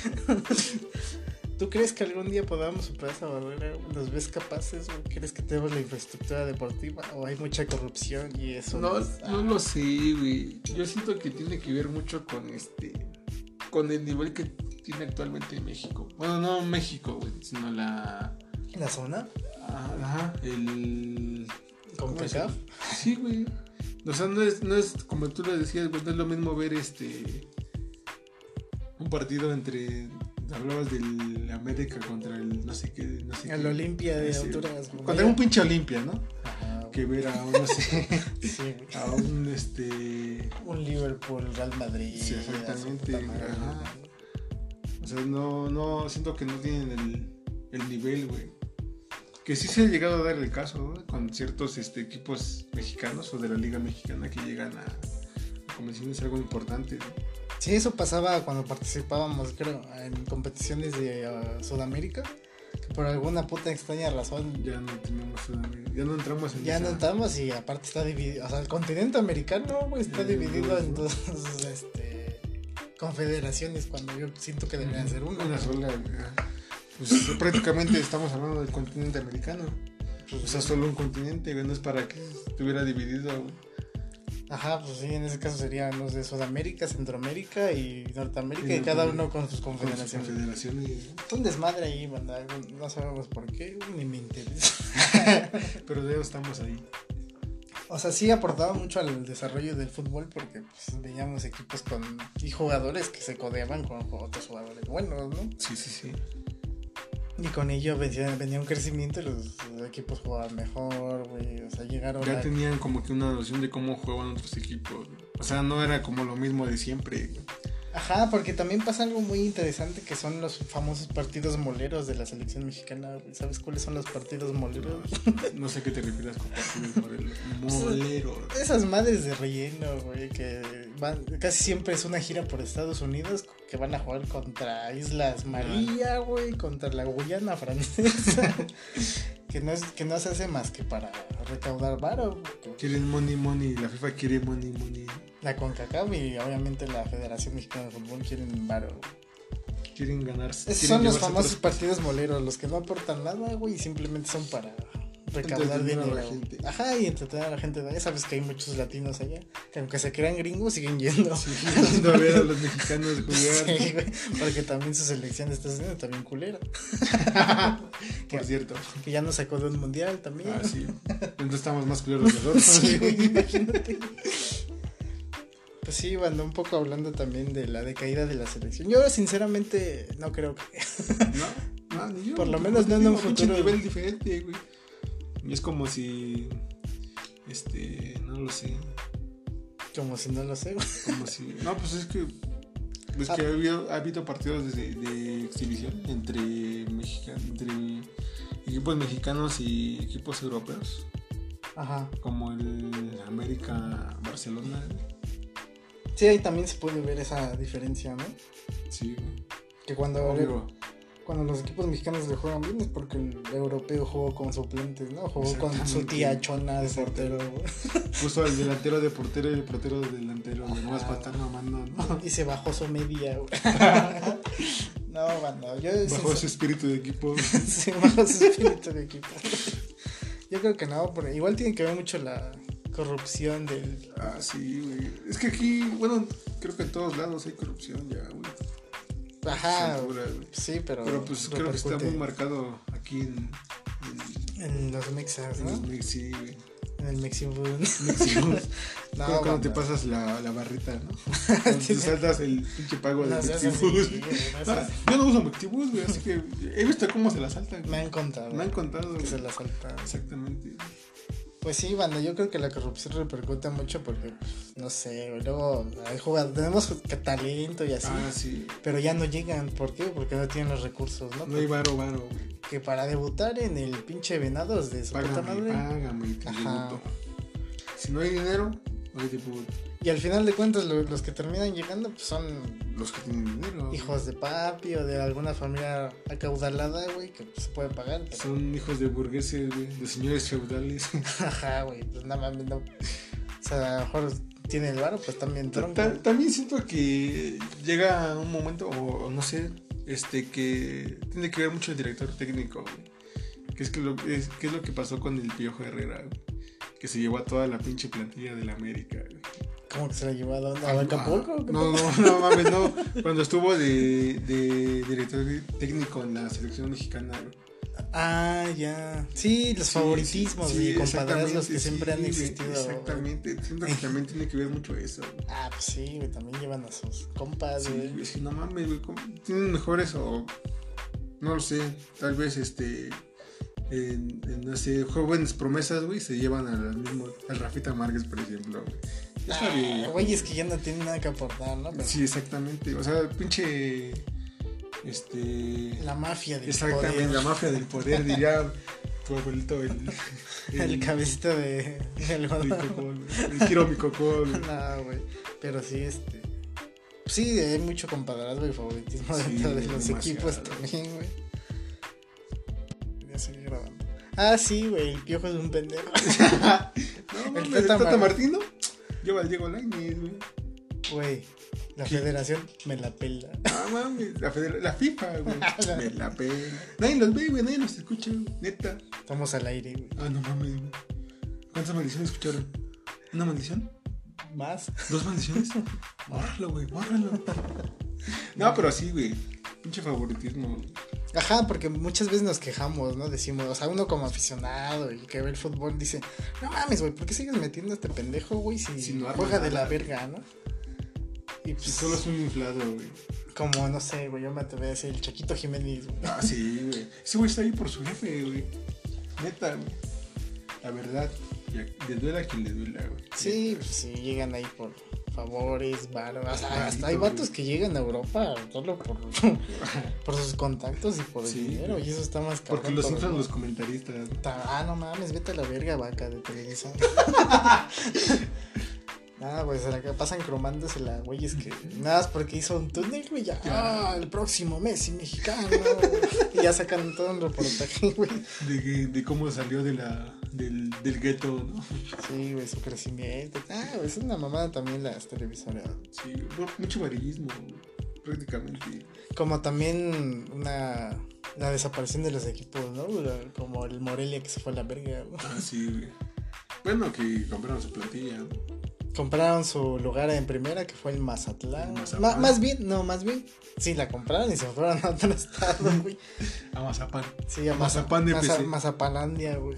Speaker 1: ¿Tú crees que algún día podamos superar esa barrera? güey? ¿Nos ves capaces? güey? ¿Crees que tenemos la infraestructura deportiva? ¿O hay mucha corrupción y eso?
Speaker 2: No,
Speaker 1: nos da?
Speaker 2: no lo sé, güey. Yo siento que tiene que ver mucho con este. Con el nivel que tiene actualmente México. Bueno, no México, güey, sino la.
Speaker 1: ¿La zona?
Speaker 2: Ajá, el.
Speaker 1: ¿Con
Speaker 2: ¿cómo se llama?
Speaker 1: CACAF?
Speaker 2: Sí, güey. O sea, no es, no es como tú lo decías, güey, no es lo mismo ver este. Un partido entre. Hablabas del América contra el no sé qué, no sé
Speaker 1: El
Speaker 2: qué.
Speaker 1: Olimpia de
Speaker 2: Ese,
Speaker 1: alturas. güey.
Speaker 2: Contra un pinche Olimpia, ¿no?
Speaker 1: Ajá,
Speaker 2: Que ver a un, no sé,
Speaker 1: güey. Sí, güey.
Speaker 2: a un este.
Speaker 1: Ah, Un Liverpool, Real Madrid.
Speaker 2: Sí,
Speaker 1: a su
Speaker 2: exactamente,
Speaker 1: puta madre,
Speaker 2: ajá.
Speaker 1: güey.
Speaker 2: O sea, no, no, siento que no tienen el, el nivel, güey. Que sí se ha llegado a dar el caso, ¿no? Con ciertos este, equipos mexicanos o de la Liga Mexicana que llegan a, a convenciones algo importante. ¿no?
Speaker 1: Sí, eso pasaba cuando participábamos, creo, en competiciones de ah, Sudamérica. que por alguna puta extraña razón
Speaker 2: Ya no tenemos una- ya no entramos en
Speaker 1: ya
Speaker 2: esa-
Speaker 1: no entramos y aparte está dividido. O sea, el continente americano güey, está
Speaker 2: Ya,
Speaker 1: dividido
Speaker 2: dos,
Speaker 1: en
Speaker 2: ¿no?
Speaker 1: dos este, confederaciones cuando yo siento que deberían ser una.
Speaker 2: Una sola, güey. Pues prácticamente estamos hablando del continente americano. O sea, solo un continente, güey, no es para que estuviera dividido, güey.
Speaker 1: Ajá, pues sí, en ese caso serían los de Sudamérica, Centroamérica y Norteamérica,
Speaker 2: Y
Speaker 1: y cada
Speaker 2: Norteamérica.
Speaker 1: uno con sus
Speaker 2: Con sus
Speaker 1: confederaciones.
Speaker 2: confederaciones, ¿no?
Speaker 1: Es un desmadre ahí, banda. No sabemos por qué, ni me interesa.
Speaker 2: Pero ya estamos ahí.
Speaker 1: O sea, sí aportaba mucho al desarrollo del fútbol porque pues, veíamos equipos con y jugadores que se codeaban con otros jugadores buenos, ¿no?
Speaker 2: Sí, sí, sí.
Speaker 1: Y con ello venía, venía un crecimiento y los equipos jugaban mejor, güey. O sea, llegaron
Speaker 2: Ya
Speaker 1: a-
Speaker 2: tenían como que una noción de cómo jugaban otros equipos. güey. O sea, no era como lo mismo de siempre. güey.
Speaker 1: Ajá, porque también pasa algo muy interesante que son los famosos partidos moleros de la selección mexicana. güey. ¿Sabes cuáles son los partidos moleros?
Speaker 2: No sé qué te refieres con partidos morelos. Molero.
Speaker 1: Esas madres de relleno, güey, que van, casi siempre es una gira por Estados Unidos que van a jugar contra Islas María, güey, contra la Guyana francesa. que, no es, que no se hace más que para recaudar varo. güey.
Speaker 2: Quieren money, money. La FIFA quiere money, money.
Speaker 1: La CONCACAF y obviamente la Federación Mexicana de Fútbol quieren varo. güey.
Speaker 2: Quieren ganarse.
Speaker 1: Esos
Speaker 2: quieren
Speaker 1: son los
Speaker 2: llevarse
Speaker 1: famosos
Speaker 2: otros-
Speaker 1: partidos moleros, los que no aportan nada, güey, y simplemente son para recaudar
Speaker 2: Entretener a la
Speaker 1: dinero. güey.
Speaker 2: gente.
Speaker 1: Ajá, y entretener a la gente de allá. Sabes que hay muchos latinos allá, que aunque se crean gringos, siguen yendo.
Speaker 2: Sí, yendo a ver a los mexicanos jugar.
Speaker 1: Sí, güey, porque también su selección de Estados Unidos también culera.
Speaker 2: Por cierto.
Speaker 1: Que ya nos sacó de un mundial también. Pues
Speaker 2: Ah, sí. Entonces estamos más culeros nosotros.
Speaker 1: Sí, güey,
Speaker 2: güey.
Speaker 1: imagínate. Pues sí, banda, un poco hablando también de la decaída de la selección. Yo sinceramente no creo que...
Speaker 2: No, no, ni yo,
Speaker 1: Por lo
Speaker 2: güey.
Speaker 1: menos no en un
Speaker 2: Tengo pinche
Speaker 1: futuro.
Speaker 2: nivel diferente, güey. Y es como si. Este. No lo sé.
Speaker 1: Como si no lo sé, güey.
Speaker 2: Como si- No, pues es que. Pues
Speaker 1: Ah.
Speaker 2: que ha habido, ha habido partidos de, de exhibición entre, mexica- entre equipos mexicanos y equipos europeos,
Speaker 1: Ajá.
Speaker 2: como el América-Barcelona. güey.
Speaker 1: Sí, ahí también se puede ver esa diferencia, ¿no?
Speaker 2: Sí, güey.
Speaker 1: Que cuando,
Speaker 2: Obvio.
Speaker 1: cuando los equipos mexicanos le juegan bien es porque el europeo jugó con suplentes, ¿no? Jugó con su
Speaker 2: Exactamente.
Speaker 1: tía chona de portero. güey.
Speaker 2: Puso al delantero de portero y el portero de delantero.
Speaker 1: Ajá.
Speaker 2: De más para estar mamando, ¿no?
Speaker 1: Y se bajó su media, güey. No, banda, yo
Speaker 2: Bajo
Speaker 1: sincer-
Speaker 2: su espíritu de equipo.
Speaker 1: Sí, bajo su espíritu de equipo. Yo creo que no, pero igual tiene que ver mucho la corrupción del...
Speaker 2: Ah, sí, güey. Es que aquí, bueno, creo que en todos lados hay corrupción ya, güey.
Speaker 1: Ajá,
Speaker 2: Censura, güey.
Speaker 1: sí, pero...
Speaker 2: Pero pues creo que está
Speaker 1: repercute
Speaker 2: muy marcado aquí en, en-
Speaker 1: En los mexas,
Speaker 2: en los
Speaker 1: ¿no?
Speaker 2: Mex- sí, güey.
Speaker 1: En el Mexifood.
Speaker 2: Mex-
Speaker 1: No,
Speaker 2: Creo que cuando
Speaker 1: banda.
Speaker 2: te pasas la, la barrita, ¿no? Cuando te saltas el pinche pago de
Speaker 1: No seas así,
Speaker 2: Mexibus.
Speaker 1: güey, no seas
Speaker 2: Ah,
Speaker 1: así.
Speaker 2: yo no uso Mexibus, güey, así que he visto cómo se la saltan.
Speaker 1: Me
Speaker 2: güey.
Speaker 1: han contado.
Speaker 2: Me han contado,
Speaker 1: Que
Speaker 2: güey.
Speaker 1: se la saltaron.
Speaker 2: Exactamente.
Speaker 1: Pues sí, banda, yo creo que la corrupción repercute mucho porque, pues, no sé, güey, luego hay jugadores, tenemos que talento y así,
Speaker 2: Ah, sí.
Speaker 1: pero ya no llegan, ¿por qué? Porque no tienen los recursos, ¿no? pues,
Speaker 2: No hay varo, varo, güey.
Speaker 1: Que para debutar en el pinche Venados de su puta madre.
Speaker 2: Págame, págame, te
Speaker 1: Ajá.
Speaker 2: tributo. Si no hay dinero, no hay tributo.
Speaker 1: Y al final de cuentas, lo- los que terminan llegando pues son
Speaker 2: Los que tienen dinero. güey,
Speaker 1: hijos de papi o de alguna familia acaudalada, güey, que pues, se puede pagar. pero-
Speaker 2: Son hijos de burgueses, güey, de señores feudales.
Speaker 1: Ajá, güey, pues nada más no. O sea, a lo mejor tiene el varo, pues también tronco.
Speaker 2: Ta- También siento que llega un momento, o o no sé, este que tiene que ver mucho el director técnico, güey. Que es, que lo, es, que es lo que pasó con el Piojo Herrera, güey, Que se llevó a toda la pinche plantilla del América, güey.
Speaker 1: ¿Cómo que se lo llevó a dónde? ¿A Acapulco?
Speaker 2: Ah,
Speaker 1: ¿Qué
Speaker 2: No, no, no mames, no. Cuando estuvo de, de director técnico en la selección mexicana, güey.
Speaker 1: Ah, ya. Sí, los
Speaker 2: Sí,
Speaker 1: favoritismos
Speaker 2: sí, sí,
Speaker 1: y compadrazgos que
Speaker 2: exactamente,
Speaker 1: siempre han
Speaker 2: sí, güey,
Speaker 1: existido. güey.
Speaker 2: Exactamente. Siento que también tiene que ver mucho eso, güey.
Speaker 1: Ah, pues sí, güey, también llevan a sus compas,
Speaker 2: Sí,
Speaker 1: güey.
Speaker 2: güey, sí, no mames, güey, ¿cómo? Tienen mejores o. No lo sé. Tal vez este. En, en, no sé, jóvenes promesas, güey, se llevan al mismo. Al Rafita Márquez, por ejemplo, güey. Ya está
Speaker 1: Ah,
Speaker 2: viejo,
Speaker 1: Güey, es que ya no tienen nada que aportar, ¿no? Pero
Speaker 2: Sí, exactamente. O sea, pinche. Este.
Speaker 1: La mafia del
Speaker 2: exactamente,
Speaker 1: poder.
Speaker 2: la mafia del poder, diría tu abuelito, el.
Speaker 1: El cabecita de. del
Speaker 2: el
Speaker 1: gordo.
Speaker 2: cocó, güey, el giro mi cocó, güey.
Speaker 1: No, güey. Pero sí, este. Sí, hay mucho compadrazgo y favoritismo
Speaker 2: Sí,
Speaker 1: dentro de los
Speaker 2: demasiado.
Speaker 1: equipos también, güey. Ya seguí grabando. Ah, sí, güey, el piojo es un pendejo.
Speaker 2: No,
Speaker 1: El
Speaker 2: mames, el
Speaker 1: Tata
Speaker 2: Tata,
Speaker 1: Mar-
Speaker 2: Martino. Yo al Diego Lainez, güey.
Speaker 1: Güey, la
Speaker 2: ¿Qué?
Speaker 1: federación me la pela.
Speaker 2: Ah, mames, la, federa- la FIFA, güey. Me la pela. Nadie los ve, güey, nadie los escucha, güey. Neta.
Speaker 1: Estamos al aire, güey.
Speaker 2: Ah, no mames, güey. ¿Cuántas maldiciones escucharon? ¿Una maldición?
Speaker 1: Más.
Speaker 2: ¿Dos maldiciones? Bórralo, güey, bórralo. No, pero así, güey. Pinche favoritismo. güey.
Speaker 1: Ajá, porque muchas veces nos quejamos, ¿no? Decimos, o sea, uno como aficionado y que ve el fútbol dice, no mames, güey, ¿por qué sigues metiendo a este pendejo, güey, si,
Speaker 2: Si no arma
Speaker 1: juega de la
Speaker 2: nada".
Speaker 1: verga, ¿no? Y
Speaker 2: Si
Speaker 1: pues,
Speaker 2: solo es un inflado, güey.
Speaker 1: como, no sé, güey, yo me atreví a decir el Chaquito Jiménez, güey.
Speaker 2: Ah, sí, güey. Ese güey está ahí por su jefe, güey. Neta, güey. La verdad. y a- Le duela a quien le duela, güey.
Speaker 1: Sí, pues sí, llegan ahí por favores, varos. O sea, hasta
Speaker 2: Maldito,
Speaker 1: hay vatos
Speaker 2: güey.
Speaker 1: que llegan a Europa solo por, por sus contactos y por el
Speaker 2: Sí,
Speaker 1: dinero,
Speaker 2: güey.
Speaker 1: y eso está más caro.
Speaker 2: Porque los inflan los comentaristas, ¿no?
Speaker 1: Ah, no mames, vete a la verga, vaca de Televisa. Nada, pues se la que pasan cromándosela, güey, es que nada más porque hizo un túnel, güey, ya.
Speaker 2: Ya.
Speaker 1: Ah, el próximo Messi mexicano. y ya sacan todo un reportaje, güey.
Speaker 2: De, que- de cómo salió de la, del, del gueto, ¿no?
Speaker 1: Sí, güey, su crecimiento. Ah, güey, es una mamada también las televisoras.
Speaker 2: Sí, bu- mucho varillismo, güey, prácticamente.
Speaker 1: Como también una la desaparición de los equipos, ¿no? güey? Como el Morelia que se fue a la verga, güey.
Speaker 2: Ah, sí, güey. Bueno, que compraron su plantilla, ¿no?
Speaker 1: Compraron su lugar en primera, que fue el Mazatlán.
Speaker 2: El Mazatlán.
Speaker 1: Ma- más bien, no, más bien. Sí, la compraron y se fueron a otro estado, güey.
Speaker 2: A Mazapán.
Speaker 1: Sí, a Maza-
Speaker 2: Mazapán de
Speaker 1: Maza-
Speaker 2: PC.
Speaker 1: Mazapalandia, güey.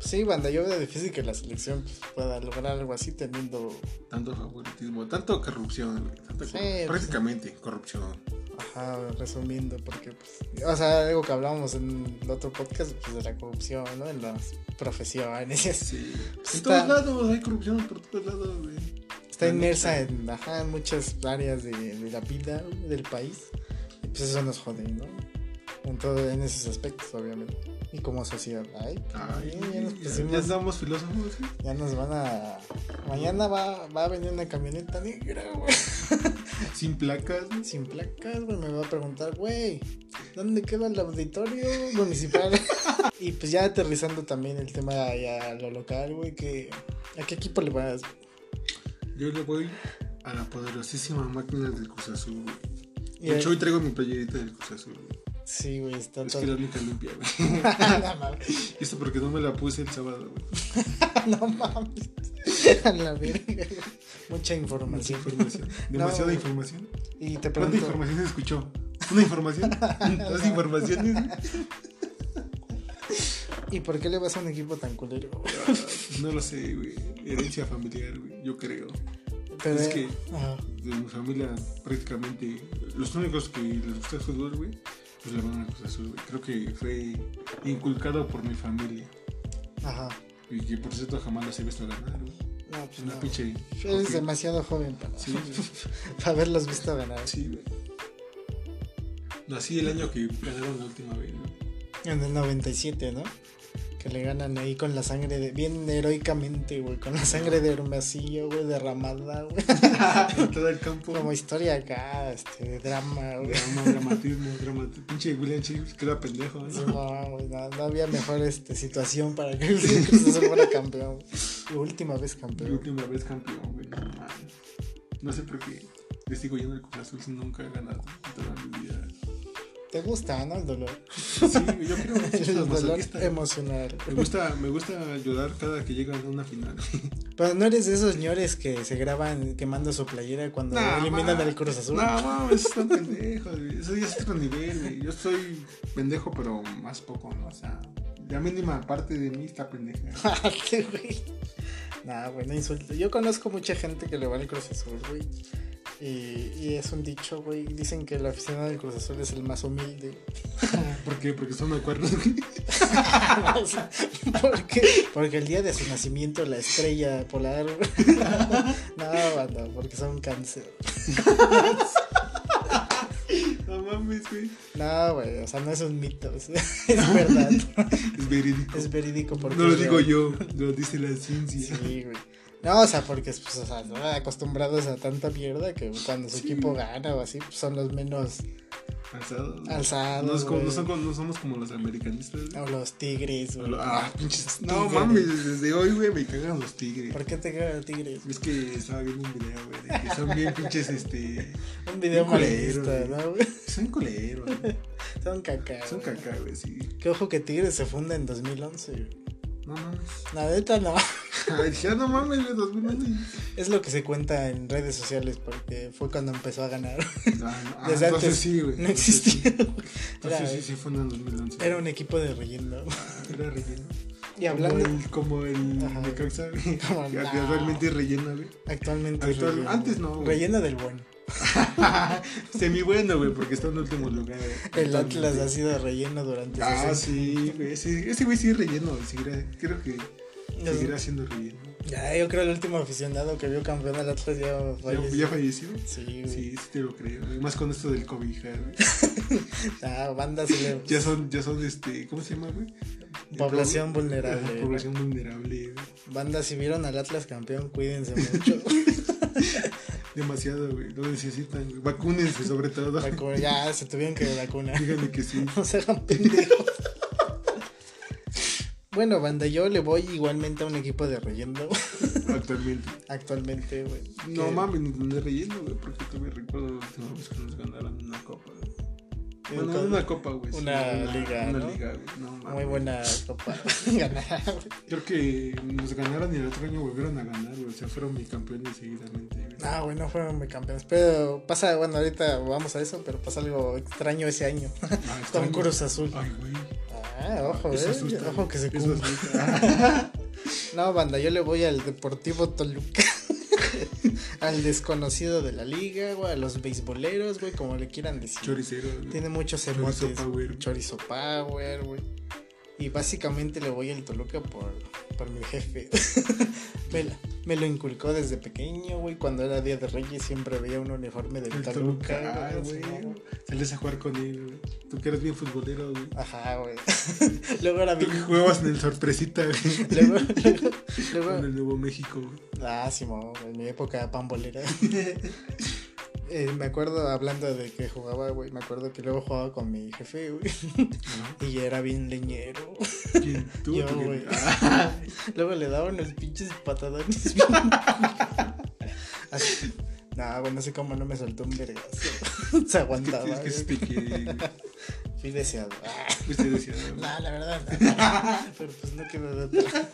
Speaker 1: Sí, banda, yo veo difícil que la selección pues, pueda lograr algo así teniendo.
Speaker 2: Tanto favoritismo, tanto corrupción, güey. tanta
Speaker 1: Sí,
Speaker 2: corru-
Speaker 1: pues.
Speaker 2: prácticamente corrupción.
Speaker 1: Ajá, resumiendo, porque, pues. O sea, algo que hablábamos en el otro podcast, pues de la corrupción, ¿no? En las profesiones.
Speaker 2: Sí. En
Speaker 1: Pues Está-
Speaker 2: todos lados hay corrupción, por todos lados, güey.
Speaker 1: Está
Speaker 2: Ah, no,
Speaker 1: inmersa
Speaker 2: sí.
Speaker 1: en, ajá, en muchas áreas de, de la vida güey, del país. Y pues eso nos jode, ¿no? En, todo, en esos aspectos, obviamente. Y como sociedad. Ay,
Speaker 2: Ay,
Speaker 1: ya, nos
Speaker 2: ya-
Speaker 1: pusimos-
Speaker 2: ya estamos filósofos, güey.
Speaker 1: ya nos van a. Mañana va, va a venir una camioneta negra, güey.
Speaker 2: Sin placas, güey.
Speaker 1: Sin placas, güey. Me va a preguntar, güey, ¿dónde queda el auditorio municipal? y pues ya aterrizando también el tema ya a lo local, güey, que. ¿A qué equipo le vas?
Speaker 2: Yo le voy a la poderosísima máquina del Cruz Azul, güey.
Speaker 1: Y-
Speaker 2: De hecho, hoy traigo mi playerita del Cruz Azul, güey.
Speaker 1: Sí, güey, está
Speaker 2: Es
Speaker 1: todo.
Speaker 2: que la única limpia, güey.
Speaker 1: La madre.
Speaker 2: Y Esto porque no me la puse el sábado, güey.
Speaker 1: No mames. A la verga. Mucha
Speaker 2: Mucha
Speaker 1: información.
Speaker 2: información. Demasiada
Speaker 1: No.
Speaker 2: información.
Speaker 1: Y te
Speaker 2: ¿Cuánta
Speaker 1: pregunto.
Speaker 2: información se escuchó? ¿Una información? ¿Dos informaciones?
Speaker 1: ¿Y por qué le vas a un equipo tan culero?
Speaker 2: Ah, No lo sé, güey. Herencia familiar, güey. Yo creo.
Speaker 1: Pero-
Speaker 2: Es que-
Speaker 1: Ajá.
Speaker 2: De mi familia, prácticamente, los únicos que les gusta el fútbol, güey, pues le van a la Cruz Azul, güey. Creo que fue inculcado por mi familia.
Speaker 1: Ajá.
Speaker 2: Y que por cierto jamás las he visto ganar, güey.
Speaker 1: No,
Speaker 2: Es
Speaker 1: pues
Speaker 2: una
Speaker 1: no.
Speaker 2: pinche.
Speaker 1: Eres
Speaker 2: Ok.
Speaker 1: demasiado joven para,
Speaker 2: Sí, güey.
Speaker 1: para haberlos visto ganar.
Speaker 2: Sí, güey. Nací el año que ganaron la última vez, güey.
Speaker 1: En el 97, ¿no? Que le ganan ahí con la sangre de. Bien heroicamente, güey. Con la sangre de Hermosillo, güey. Derramada, güey.
Speaker 2: En todo el campo.
Speaker 1: Como historia acá, este, de drama, güey.
Speaker 2: Drama, dramatismo, dramatismo. Pinche William Chips, que era pendejo, ¿no?
Speaker 1: No, güey, no, no había mejor este, situación para que el Cruz Azul fuera campeón. La última vez
Speaker 2: La
Speaker 1: campeón.
Speaker 2: última vez campeón, güey. No mames. No sé por qué. Le sigo yendo al Cruz Azul si nunca he ganado en toda mi vida.
Speaker 1: ¿Te gusta, no? El dolor.
Speaker 2: Sí, güey, yo creo que soy
Speaker 1: El dolor
Speaker 2: masoquista.
Speaker 1: emocional.
Speaker 2: Me gusta, me gusta llorar cada que llegan a una final.
Speaker 1: Pero no eres de esos señores que se graban quemando su playera cuando
Speaker 2: No,
Speaker 1: eliminan
Speaker 2: ma.
Speaker 1: al Cruz Azul.
Speaker 2: No, mames, están pendejos, güey. Eso ya es otro nivel, güey. Yo soy pendejo, pero más poco, ¿no? O sea, la mínima parte de mí está pendeja.
Speaker 1: Aparte, güey. Nah, güey, no insulto. Yo conozco mucha gente que le va al Cruz Azul, güey. Y, y es un dicho, güey. Dicen que la oficina del Cruz Azul es el más humilde.
Speaker 2: ¿Por qué? Porque son acuerdos, güey.
Speaker 1: O sea, ¿Por qué? Porque el día de su nacimiento la estrella polar. güey. No, banda, porque son cáncer.
Speaker 2: No mames, güey.
Speaker 1: No, güey, o sea, no es un mito. Es, es verdad.
Speaker 2: Es verídico.
Speaker 1: Es verídico porque.
Speaker 2: no lo
Speaker 1: es
Speaker 2: digo
Speaker 1: real.
Speaker 2: yo, lo dice la ciencia.
Speaker 1: Sí, güey. No, o sea, porque pues, o sea, no, acostumbrados a tanta mierda que cuando su
Speaker 2: Sí.
Speaker 1: equipo gana o así, pues, son los menos
Speaker 2: Alzado. güey.
Speaker 1: alzados.
Speaker 2: No, es como- no
Speaker 1: güey.
Speaker 2: son como- no somos como los americanistas. güey.
Speaker 1: O los tigres, güey.
Speaker 2: Ah, pinches. No
Speaker 1: Tigres.
Speaker 2: mames, desde hoy, güey, me cagan los tigres.
Speaker 1: ¿Por qué te cagan los tigres?
Speaker 2: Es que estaba viendo un video, güey, de que son bien pinches, este.
Speaker 1: Un video
Speaker 2: Un culero,
Speaker 1: malista,
Speaker 2: güey.
Speaker 1: ¿no, güey?
Speaker 2: Son coleros, güey.
Speaker 1: Son caca.
Speaker 2: Son
Speaker 1: güey.
Speaker 2: caca, güey, sí.
Speaker 1: Qué ojo que Tigres se funda en 2011, güey.
Speaker 2: No mames.
Speaker 1: La neta no.
Speaker 2: Ay, ya no mames, güey, 2011.
Speaker 1: Es lo que se cuenta en redes sociales porque fue cuando empezó a ganar.
Speaker 2: Ah, no,
Speaker 1: Desde
Speaker 2: entonces
Speaker 1: antes
Speaker 2: sí, güey.
Speaker 1: No
Speaker 2: Entonces sí.
Speaker 1: existía. güey.
Speaker 2: Entonces
Speaker 1: Era-
Speaker 2: sí, sí, fue en 2011.
Speaker 1: Era un equipo de relleno. güey.
Speaker 2: Era relleno.
Speaker 1: Y hablando
Speaker 2: Como el, como el
Speaker 1: Ajá.
Speaker 2: Necaxa, güey.
Speaker 1: Como
Speaker 2: que
Speaker 1: no.
Speaker 2: Realmente rellena, güey.
Speaker 1: actualmente. es
Speaker 2: Actual-
Speaker 1: relleno.
Speaker 2: antes no, güey.
Speaker 1: Relleno del bueno.
Speaker 2: Semi bueno, güey, porque está en último lugar. güey.
Speaker 1: El Atlas
Speaker 2: Totalmente.
Speaker 1: ha sido relleno durante 60.
Speaker 2: Ah, sí, güey. Ese, ese güey sí es relleno. güey, seguirá- creo que
Speaker 1: No.
Speaker 2: seguirá siendo relleno.
Speaker 1: Ya, yo creo el último aficionado que vio campeón al Atlas ya
Speaker 2: ¿Ya,
Speaker 1: falleció.
Speaker 2: ya falleció?
Speaker 1: Sí, güey.
Speaker 2: Sí, sí te lo creo. güey. Más con esto del COVID, güey.
Speaker 1: Ah, banda se le-
Speaker 2: Ya son, ya son, este, ¿cómo se llama, güey?
Speaker 1: Población
Speaker 2: Ajá,
Speaker 1: vulnerable.
Speaker 2: población vulnerable, güey.
Speaker 1: Banda, si vieron al Atlas campeón, cuídense mucho.
Speaker 2: Demasiado, güey. Lo necesitan, güey. Vacúnense, sobre todo.
Speaker 1: Vacu- ya, se tuvieron que vacunar.
Speaker 2: Díganle que sí.
Speaker 1: No se hagan pendejos. Bueno, banda, yo le voy igualmente a un equipo de relleno
Speaker 2: Actualmente.
Speaker 1: actualmente, güey.
Speaker 2: No
Speaker 1: Que-
Speaker 2: mames, ni tendré relleno, güey. Porque todavía recuerdo la última vez que nos ganaron una copa, güey.
Speaker 1: que
Speaker 2: Bueno,
Speaker 1: con-
Speaker 2: una copa, güey. sí,
Speaker 1: una liga,
Speaker 2: Una
Speaker 1: ¿no?
Speaker 2: liga, güey. No mames.
Speaker 1: Muy buena copa ganar.
Speaker 2: Creo que nos ganaron y el otro año volvieron a ganar, güey. O sea, fueron bicampeones seguidamente, güey.
Speaker 1: Ah, güey, no fueron muy campeones. Pero pasa, bueno, ahorita vamos a eso, pero pasa algo extraño ese año.
Speaker 2: Ah,
Speaker 1: Con
Speaker 2: extraño.
Speaker 1: Cruz Azul.
Speaker 2: Ay, güey.
Speaker 1: Ah, ojo,
Speaker 2: Eso
Speaker 1: eh.
Speaker 2: asusta,
Speaker 1: Ojo que se
Speaker 2: güey. Eso
Speaker 1: cumpla.
Speaker 2: asusta.
Speaker 1: No, banda, yo le voy al Deportivo Toluca. al desconocido de la liga, güey, a los beisboleros, güey, como le quieran decir.
Speaker 2: Choricero, güey.
Speaker 1: Tiene muchos emotes.
Speaker 2: Chorizo Power.
Speaker 1: Chorizo Power, güey. Y básicamente le voy al Toluca por, por mi jefe. me, la- me lo inculcó desde pequeño, güey. Cuando era Día de Reyes siempre veía un uniforme del
Speaker 2: El
Speaker 1: Toluca,
Speaker 2: Toluca,
Speaker 1: güey,
Speaker 2: güey.
Speaker 1: sí, güey.
Speaker 2: Sales a jugar con él, güey. Tú que eres bien futbolero, güey.
Speaker 1: Ajá, güey. luego era
Speaker 2: Tú
Speaker 1: bien...
Speaker 2: que jugabas en el sorpresita, güey.
Speaker 1: Luego, luego,
Speaker 2: Con
Speaker 1: luego-
Speaker 2: el Nuevo México, güey.
Speaker 1: Ah, sí, mo, en mi época pambolera. Eh, me acuerdo, hablando de que jugaba, güey, me acuerdo que luego jugaba con mi jefe, güey. Y era bien leñero.
Speaker 2: ¿No? ¿Quién? ¿Tú?
Speaker 1: Yo,
Speaker 2: ¿Tú qué?
Speaker 1: güey.
Speaker 2: Ah,
Speaker 1: Luego le daban los pinches patadones. Así. Nah, güey, no sé cómo no me soltó un vergazo. Se
Speaker 2: es que
Speaker 1: aguantaba. eh.
Speaker 2: es que
Speaker 1: güey.
Speaker 2: es pique.
Speaker 1: Fui deseado. Ah,
Speaker 2: Usted decía, ¿no?
Speaker 1: nah, la verdad. nah. Pero pues no quedó de otra.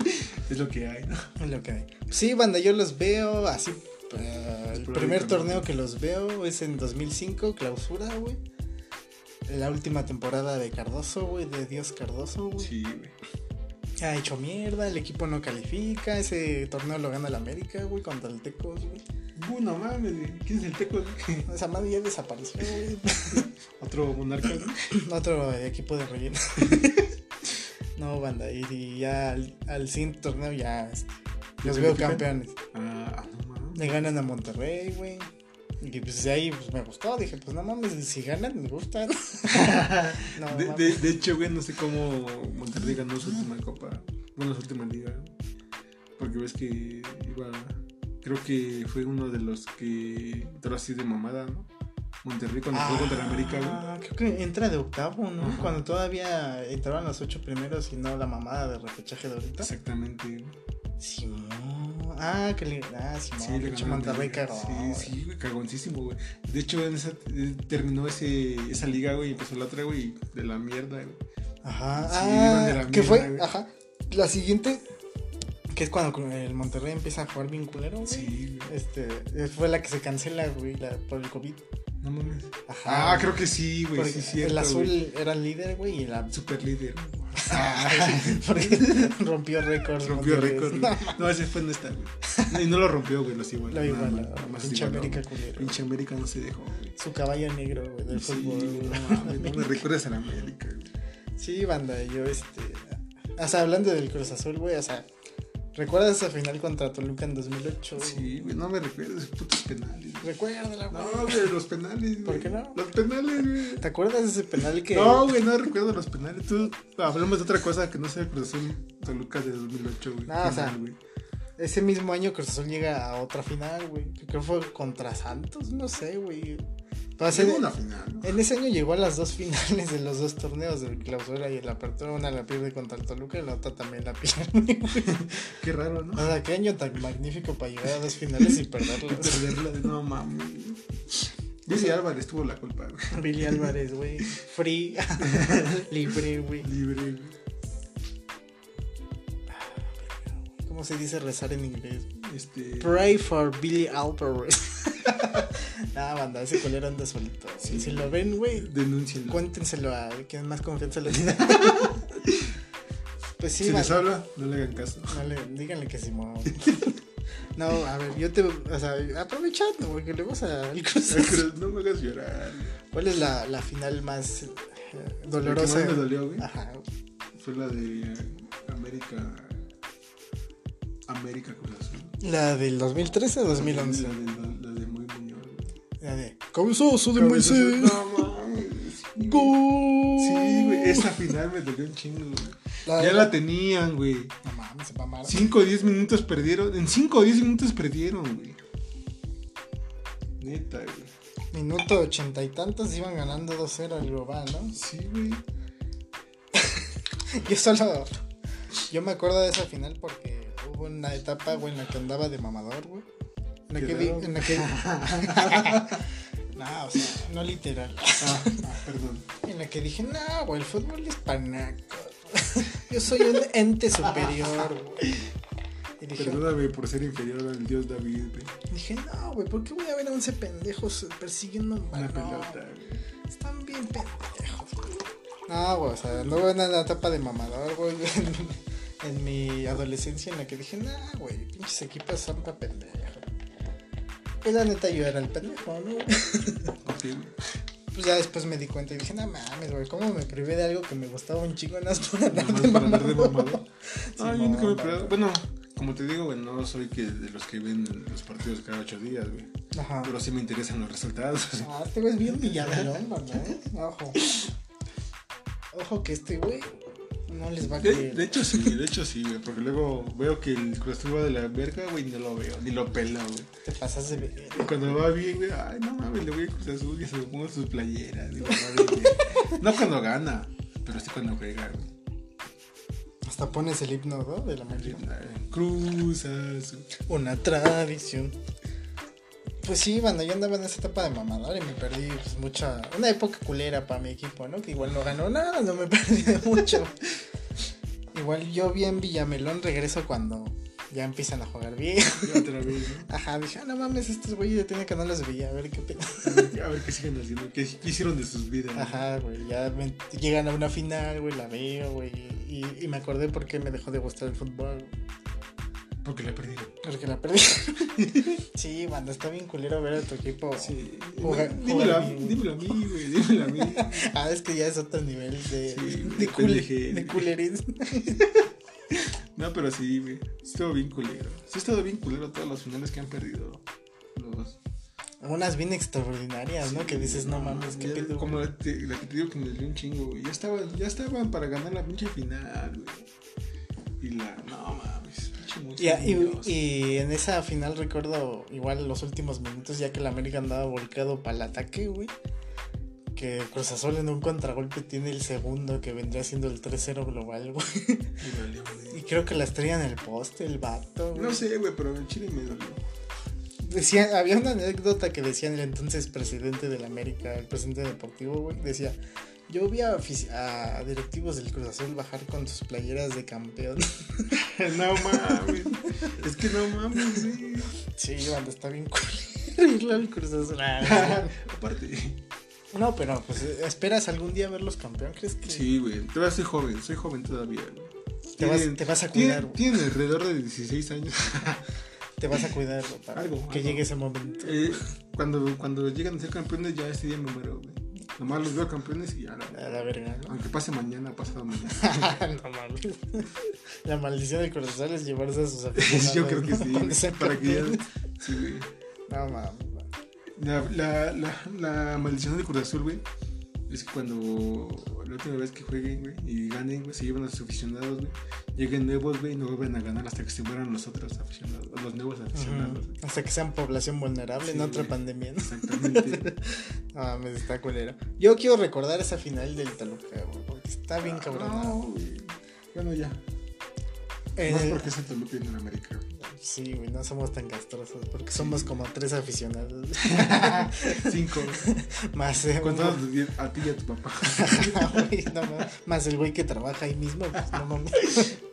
Speaker 2: es lo que hay, ¿no?
Speaker 1: Es Lo que hay. Sí, banda, yo los veo así. eh, el primer
Speaker 2: Esporádicamente.
Speaker 1: torneo que los veo es en 2005, clausura, güey. La última temporada de Cardoso, güey, de Dios Cardoso, güey.
Speaker 2: Sí, güey.
Speaker 1: Ha hecho mierda, el equipo no califica, ese torneo lo gana el América, güey, contra el Tecos, güey.
Speaker 2: Bueno, mames, güey. ¿Quién es el teco? güey?
Speaker 1: Esa madre ya desapareció, güey.
Speaker 2: Otro monarca, ¿no?
Speaker 1: Otro equipo de relleno. No, banda, y, y ya al, al siguiente torneo ya este, los veo campeones.
Speaker 2: Ah, no mames.
Speaker 1: Le ganan a Monterrey, güey. Y pues de ahí pues, me gustó, dije, pues no mames, si ganan me gustan. No,
Speaker 2: de,
Speaker 1: mames.
Speaker 2: de- de hecho, güey, no sé cómo Monterrey ganó su última copa. Bueno, su última liga. Porque ves que iba. Creo que fue uno de los que entró así de mamada, ¿no? Monterrey cuando jugó contra el América, güey.
Speaker 1: Ah, Creo que entra de octavo, ¿no?
Speaker 2: Ajá.
Speaker 1: Cuando todavía entraban los ocho primeros y no la mamada de repechaje de ahorita.
Speaker 2: Exactamente.
Speaker 1: Simón. Ah, que le. Ah, Simón.
Speaker 2: Sí, le
Speaker 1: pinche
Speaker 2: ganó
Speaker 1: Monterrey
Speaker 2: América.
Speaker 1: cagó.
Speaker 2: Sí, sí, güey, cagoncísimo, güey. De hecho, en esa, eh, terminó ese, esa liga, güey, y empezó la otra, güey, de la mierda, güey.
Speaker 1: Ajá.
Speaker 2: Sí,
Speaker 1: ah,
Speaker 2: iban de la
Speaker 1: que fue.
Speaker 2: mierda, güey.
Speaker 1: Ajá. La siguiente. Que es cuando el Monterrey empieza a jugar bien culero, güey.
Speaker 2: Sí, güey.
Speaker 1: Este, fue la que se cancela, güey, la- por el COVID.
Speaker 2: No mames.
Speaker 1: Ajá.
Speaker 2: Ah, creo que sí, güey,
Speaker 1: Porque
Speaker 2: sí, cierto,
Speaker 1: El azul
Speaker 2: güey.
Speaker 1: era el líder, güey, y la.
Speaker 2: Super líder.
Speaker 1: Porque rompió récords.
Speaker 2: Ah. rompió
Speaker 1: Monterrey.
Speaker 2: récord. güey. No, ese fue no está, güey. Y no lo rompió, güey, los igualó.
Speaker 1: Lo
Speaker 2: nada
Speaker 1: igual,
Speaker 2: más,
Speaker 1: la
Speaker 2: nada más
Speaker 1: pinche
Speaker 2: igualó,
Speaker 1: América
Speaker 2: güey.
Speaker 1: culero.
Speaker 2: Pinche América no se dejó, güey.
Speaker 1: Su caballo negro, güey, del
Speaker 2: Sí,
Speaker 1: fútbol.
Speaker 2: güey, no mames, no me recuerdas a la América, güey.
Speaker 1: Sí, banda, yo este. O sea, hablando del Cruz Azul, güey, o sea, ¿recuerdas esa final contra Toluca en 2008?
Speaker 2: Sí, güey, no me recuerdas, putos penales. güey.
Speaker 1: Recuérdala, güey.
Speaker 2: No, güey, los penales, güey.
Speaker 1: ¿Por qué no?
Speaker 2: Los penales, güey.
Speaker 1: ¿Te acuerdas de ese penal que.?
Speaker 2: No, güey, no recuerdo los penales. Tú hablamos de otra cosa que no sea el Cruz Azul Toluca de 2008, güey.
Speaker 1: No, o sea,
Speaker 2: Penal, güey.
Speaker 1: Ese mismo año Cruz Azul llega a otra final, güey. que Creo que fue contra Santos, no sé, güey. Pero hace-
Speaker 2: Llegó una final. ¿no?
Speaker 1: En ese año llegó a las dos finales de los dos torneos, del clausura y el apertura. Una la pierde contra el Toluca y la otra también la pierde.
Speaker 2: Qué raro, ¿no?
Speaker 1: o sea, qué año tan magnífico para llegar a dos finales y
Speaker 2: Y
Speaker 1: perderlas.
Speaker 2: perderla de no mames. Billy Álvarez tuvo la culpa, güey.
Speaker 1: Billy Álvarez, güey. Free. Libre, güey.
Speaker 2: Libre, güey.
Speaker 1: ¿Cómo se dice rezar en inglés?
Speaker 2: Este.
Speaker 1: Pray for Billy Álvarez. Nada, banda, ese colero anda solito. güey.
Speaker 2: Sí.
Speaker 1: Si lo ven, güey,
Speaker 2: Denúncienlo.
Speaker 1: cuéntenselo a quien más confianza le tiene. pues sí,
Speaker 2: si les
Speaker 1: banda,
Speaker 2: habla, no le hagan caso.
Speaker 1: no le- díganle que sí, mo. No, a ver, yo te. O sea, aprovechando, güey, que le vas al Cruz Azul.
Speaker 2: No me hagas llorar.
Speaker 1: ¿Cuál es la, la final más eh, dolorosa? eh. Ah.
Speaker 2: La que más me dolió, güey.
Speaker 1: Ajá,
Speaker 2: Fue la de eh, América. América Cruz Azul.
Speaker 1: ¿La del 2013 o 2011?
Speaker 2: La de, la de Muy Muñoz. güey.
Speaker 1: La de Cabezazo de
Speaker 2: Cabezas-
Speaker 1: Moisés.
Speaker 2: No mames.
Speaker 1: ¡Gol!
Speaker 2: Sí, güey, esa final me dolió un chingo, güey.
Speaker 1: La-
Speaker 2: Ya la tenían, güey.
Speaker 1: No mames, se mamaron.
Speaker 2: 5 o 10 minutos perdieron. En 5 o 10 minutos perdieron, güey. Neta, güey.
Speaker 1: Minuto ochenta y tantos iban ganando 2-0 el global, ¿no?
Speaker 2: Sí, güey.
Speaker 1: Yo solo. Yo me acuerdo de esa final porque hubo una etapa, güey, en la que andaba de mamador, güey. En la
Speaker 2: Qué
Speaker 1: que. di-
Speaker 2: raro.
Speaker 1: En la que... no, o sea, no literal.
Speaker 2: Ah, ah, perdón.
Speaker 1: En la que dije, no, güey, el fútbol es panaco. Yo soy un ente superior, güey. Y dije,
Speaker 2: Perdóname por ser inferior al dios David, güey.
Speaker 1: dije, no, güey, ¿por qué voy a ver a 11 pendejos persiguiendo un
Speaker 2: Una
Speaker 1: balón?
Speaker 2: pelota, güey.
Speaker 1: Están bien pendejos. No, güey, o sea, luego en la etapa de mamador, güey. En, en mi adolescencia en la que dije, nah, güey, pinches equipos son pa' pendejos. Pues la neta yo era el pendejo, ¿no?
Speaker 2: Ok, güey.
Speaker 1: Pues ya después me di cuenta y dije, no mames, güey, ¿cómo me privé de algo que me gustaba un chingo en las por andar
Speaker 2: Nomás
Speaker 1: de
Speaker 2: para andar de
Speaker 1: mamador?
Speaker 2: mamado. No, yo
Speaker 1: Simón,
Speaker 2: nunca me he
Speaker 1: vato.
Speaker 2: peleado. Bueno, como te digo, güey, no soy que de los que ven los partidos cada 8 días, güey.
Speaker 1: Ajá.
Speaker 2: Pero sí me interesan los resultados.
Speaker 1: Ah, este güey es bien villadalón, ¿verdad? Ojo. Ojo que este güey no les va a
Speaker 2: De,
Speaker 1: creer.
Speaker 2: de hecho sí, de hecho sí, güey, porque luego veo que el Cruz Azul va de la verga, güey, no lo veo, ni lo pela, güey.
Speaker 1: Te pasas de ver.
Speaker 2: Y cuando va bien, güey, ay, no mames, le voy a Cruz Azul y se me pongo sus playeras, güey, no mames, güey. No cuando gana, pero sí cuando juega, güey.
Speaker 1: Hasta pones el himno, ¿no? De la América.
Speaker 2: Cruz Azul.
Speaker 1: Una tradición. Pues sí, banda, yo andaba en esa etapa de mamador y me perdí pues, mucha. Una época culera para mi equipo, ¿no? Que igual no ganó nada, no me perdí de mucho. igual yo vi en Villamelón regreso cuando ya empiezan a jugar bien.
Speaker 2: Y otra vez, ¿no?
Speaker 1: Ajá, dije, ah, no mames, estos güeyes ya tienen que no los vi, a ver qué pedo.
Speaker 2: A ver, a ver qué siguen haciendo, qué, qué hicieron de sus vidas. güey.
Speaker 1: Ajá, güey, ya me- llegan a una final, güey, la veo, güey. Y, y me acordé por qué me dejó de gustar el fútbol. güey.
Speaker 2: Porque la perdieron.
Speaker 1: Porque la perdí. sí, banda, está bien culero ver a tu equipo.
Speaker 2: Sí.
Speaker 1: Juega-
Speaker 2: No, dímelo, a,
Speaker 1: juega bien.
Speaker 2: dímelo a mí, güey. Dímelo a mí.
Speaker 1: Ah, es que ya es otro nivel de,
Speaker 2: Sí,
Speaker 1: de,
Speaker 2: de
Speaker 1: cul-
Speaker 2: pendejez.
Speaker 1: de culerismo.
Speaker 2: No, pero sí, güey. Estuvo bien culero. Sí, estuvo bien culero todas las finales que han perdido. Los.
Speaker 1: Unas bien extraordinarias, ¿no? Que dices, no mames, qué
Speaker 2: ya-
Speaker 1: pedo.
Speaker 2: Como la, te- la que te digo que me dio un chingo, güey. Ya estaban, ya estaban para ganar la pinche final, güey. Y la. No mames. Pinche
Speaker 1: Y,
Speaker 2: música.
Speaker 1: y- y en esa final recuerdo igual los últimos minutos, ya que el América andaba volcado para el ataque, güey. Que Cruz Azul en un contragolpe tiene el segundo que vendría siendo el 3-0 global, güey.
Speaker 2: Y valió, güey.
Speaker 1: Y creo que la estrella en el poste, el vato, güey.
Speaker 2: No sé, güey, pero en Chile me dolió.
Speaker 1: Decía, había una anécdota que decía el entonces presidente del América, el presidente deportivo, güey, decía, yo vi a, ofici- a directivos del Cruz Azul bajar con sus playeras de campeón.
Speaker 2: No mames. es que no mames, güey.
Speaker 1: sí, cuando está bien culero irle al Cruz Azul. Ah,
Speaker 2: Aparte.
Speaker 1: no, no, pero pues esperas algún día verlos campeón, ¿crees que
Speaker 2: Sí, güey. Todavía soy joven, soy joven todavía, güey.
Speaker 1: te, vas,
Speaker 2: Tienen-
Speaker 1: te vas a cuidar?
Speaker 2: Tienen,
Speaker 1: güey?
Speaker 2: tienen alrededor de 16 años.
Speaker 1: Te vas a cuidar güey, para
Speaker 2: Algo,
Speaker 1: que
Speaker 2: algo.
Speaker 1: llegue ese momento.
Speaker 2: Eh, cuando, cuando llegan a ser campeones, ya ese día me muero, güey. Nomás los veo campeones y ya. la-
Speaker 1: A la verga, ¿no?
Speaker 2: Aunque pase mañana, pasado mañana.
Speaker 1: no mames. La maldición del Cruz Azul es llevarse a sus aficionados.
Speaker 2: Yo creo que
Speaker 1: ¿no?
Speaker 2: sí.
Speaker 1: Cuando
Speaker 2: güey,
Speaker 1: sean
Speaker 2: Para que ya.
Speaker 1: campeones.
Speaker 2: Sí, güey.
Speaker 1: No mames.
Speaker 2: La, la, la, la maldición de Cruz Azul, güey. Es que cuando la última vez que jueguen, güey, y ganen, güey, se llevan a sus aficionados, güey. Lleguen nuevos, güey, y no vuelven a ganar hasta que se mueran los otros aficionados, los nuevos aficionados. güey.
Speaker 1: Ujú. Hasta que sean población vulnerable en
Speaker 2: Sí,
Speaker 1: otra
Speaker 2: güey.
Speaker 1: pandemia. ¿no?
Speaker 2: Exactamente.
Speaker 1: Ah, me está culero. Yo quiero recordar esa final del Toluca, güey, porque está bien cabrona.
Speaker 2: Ah, No, güey. Bueno, ya.
Speaker 1: En
Speaker 2: No es
Speaker 1: el-
Speaker 2: porque es el Toluca y no en América, güey.
Speaker 1: Eh, Sí, güey, no somos tan castrosos, porque somos como tres aficionados.
Speaker 2: Cinco.
Speaker 1: más, eh,
Speaker 2: Contados
Speaker 1: uno-
Speaker 2: a ti y a tu papá.
Speaker 1: Güey, no mames. más el güey que trabaja ahí mismo, pues no mames.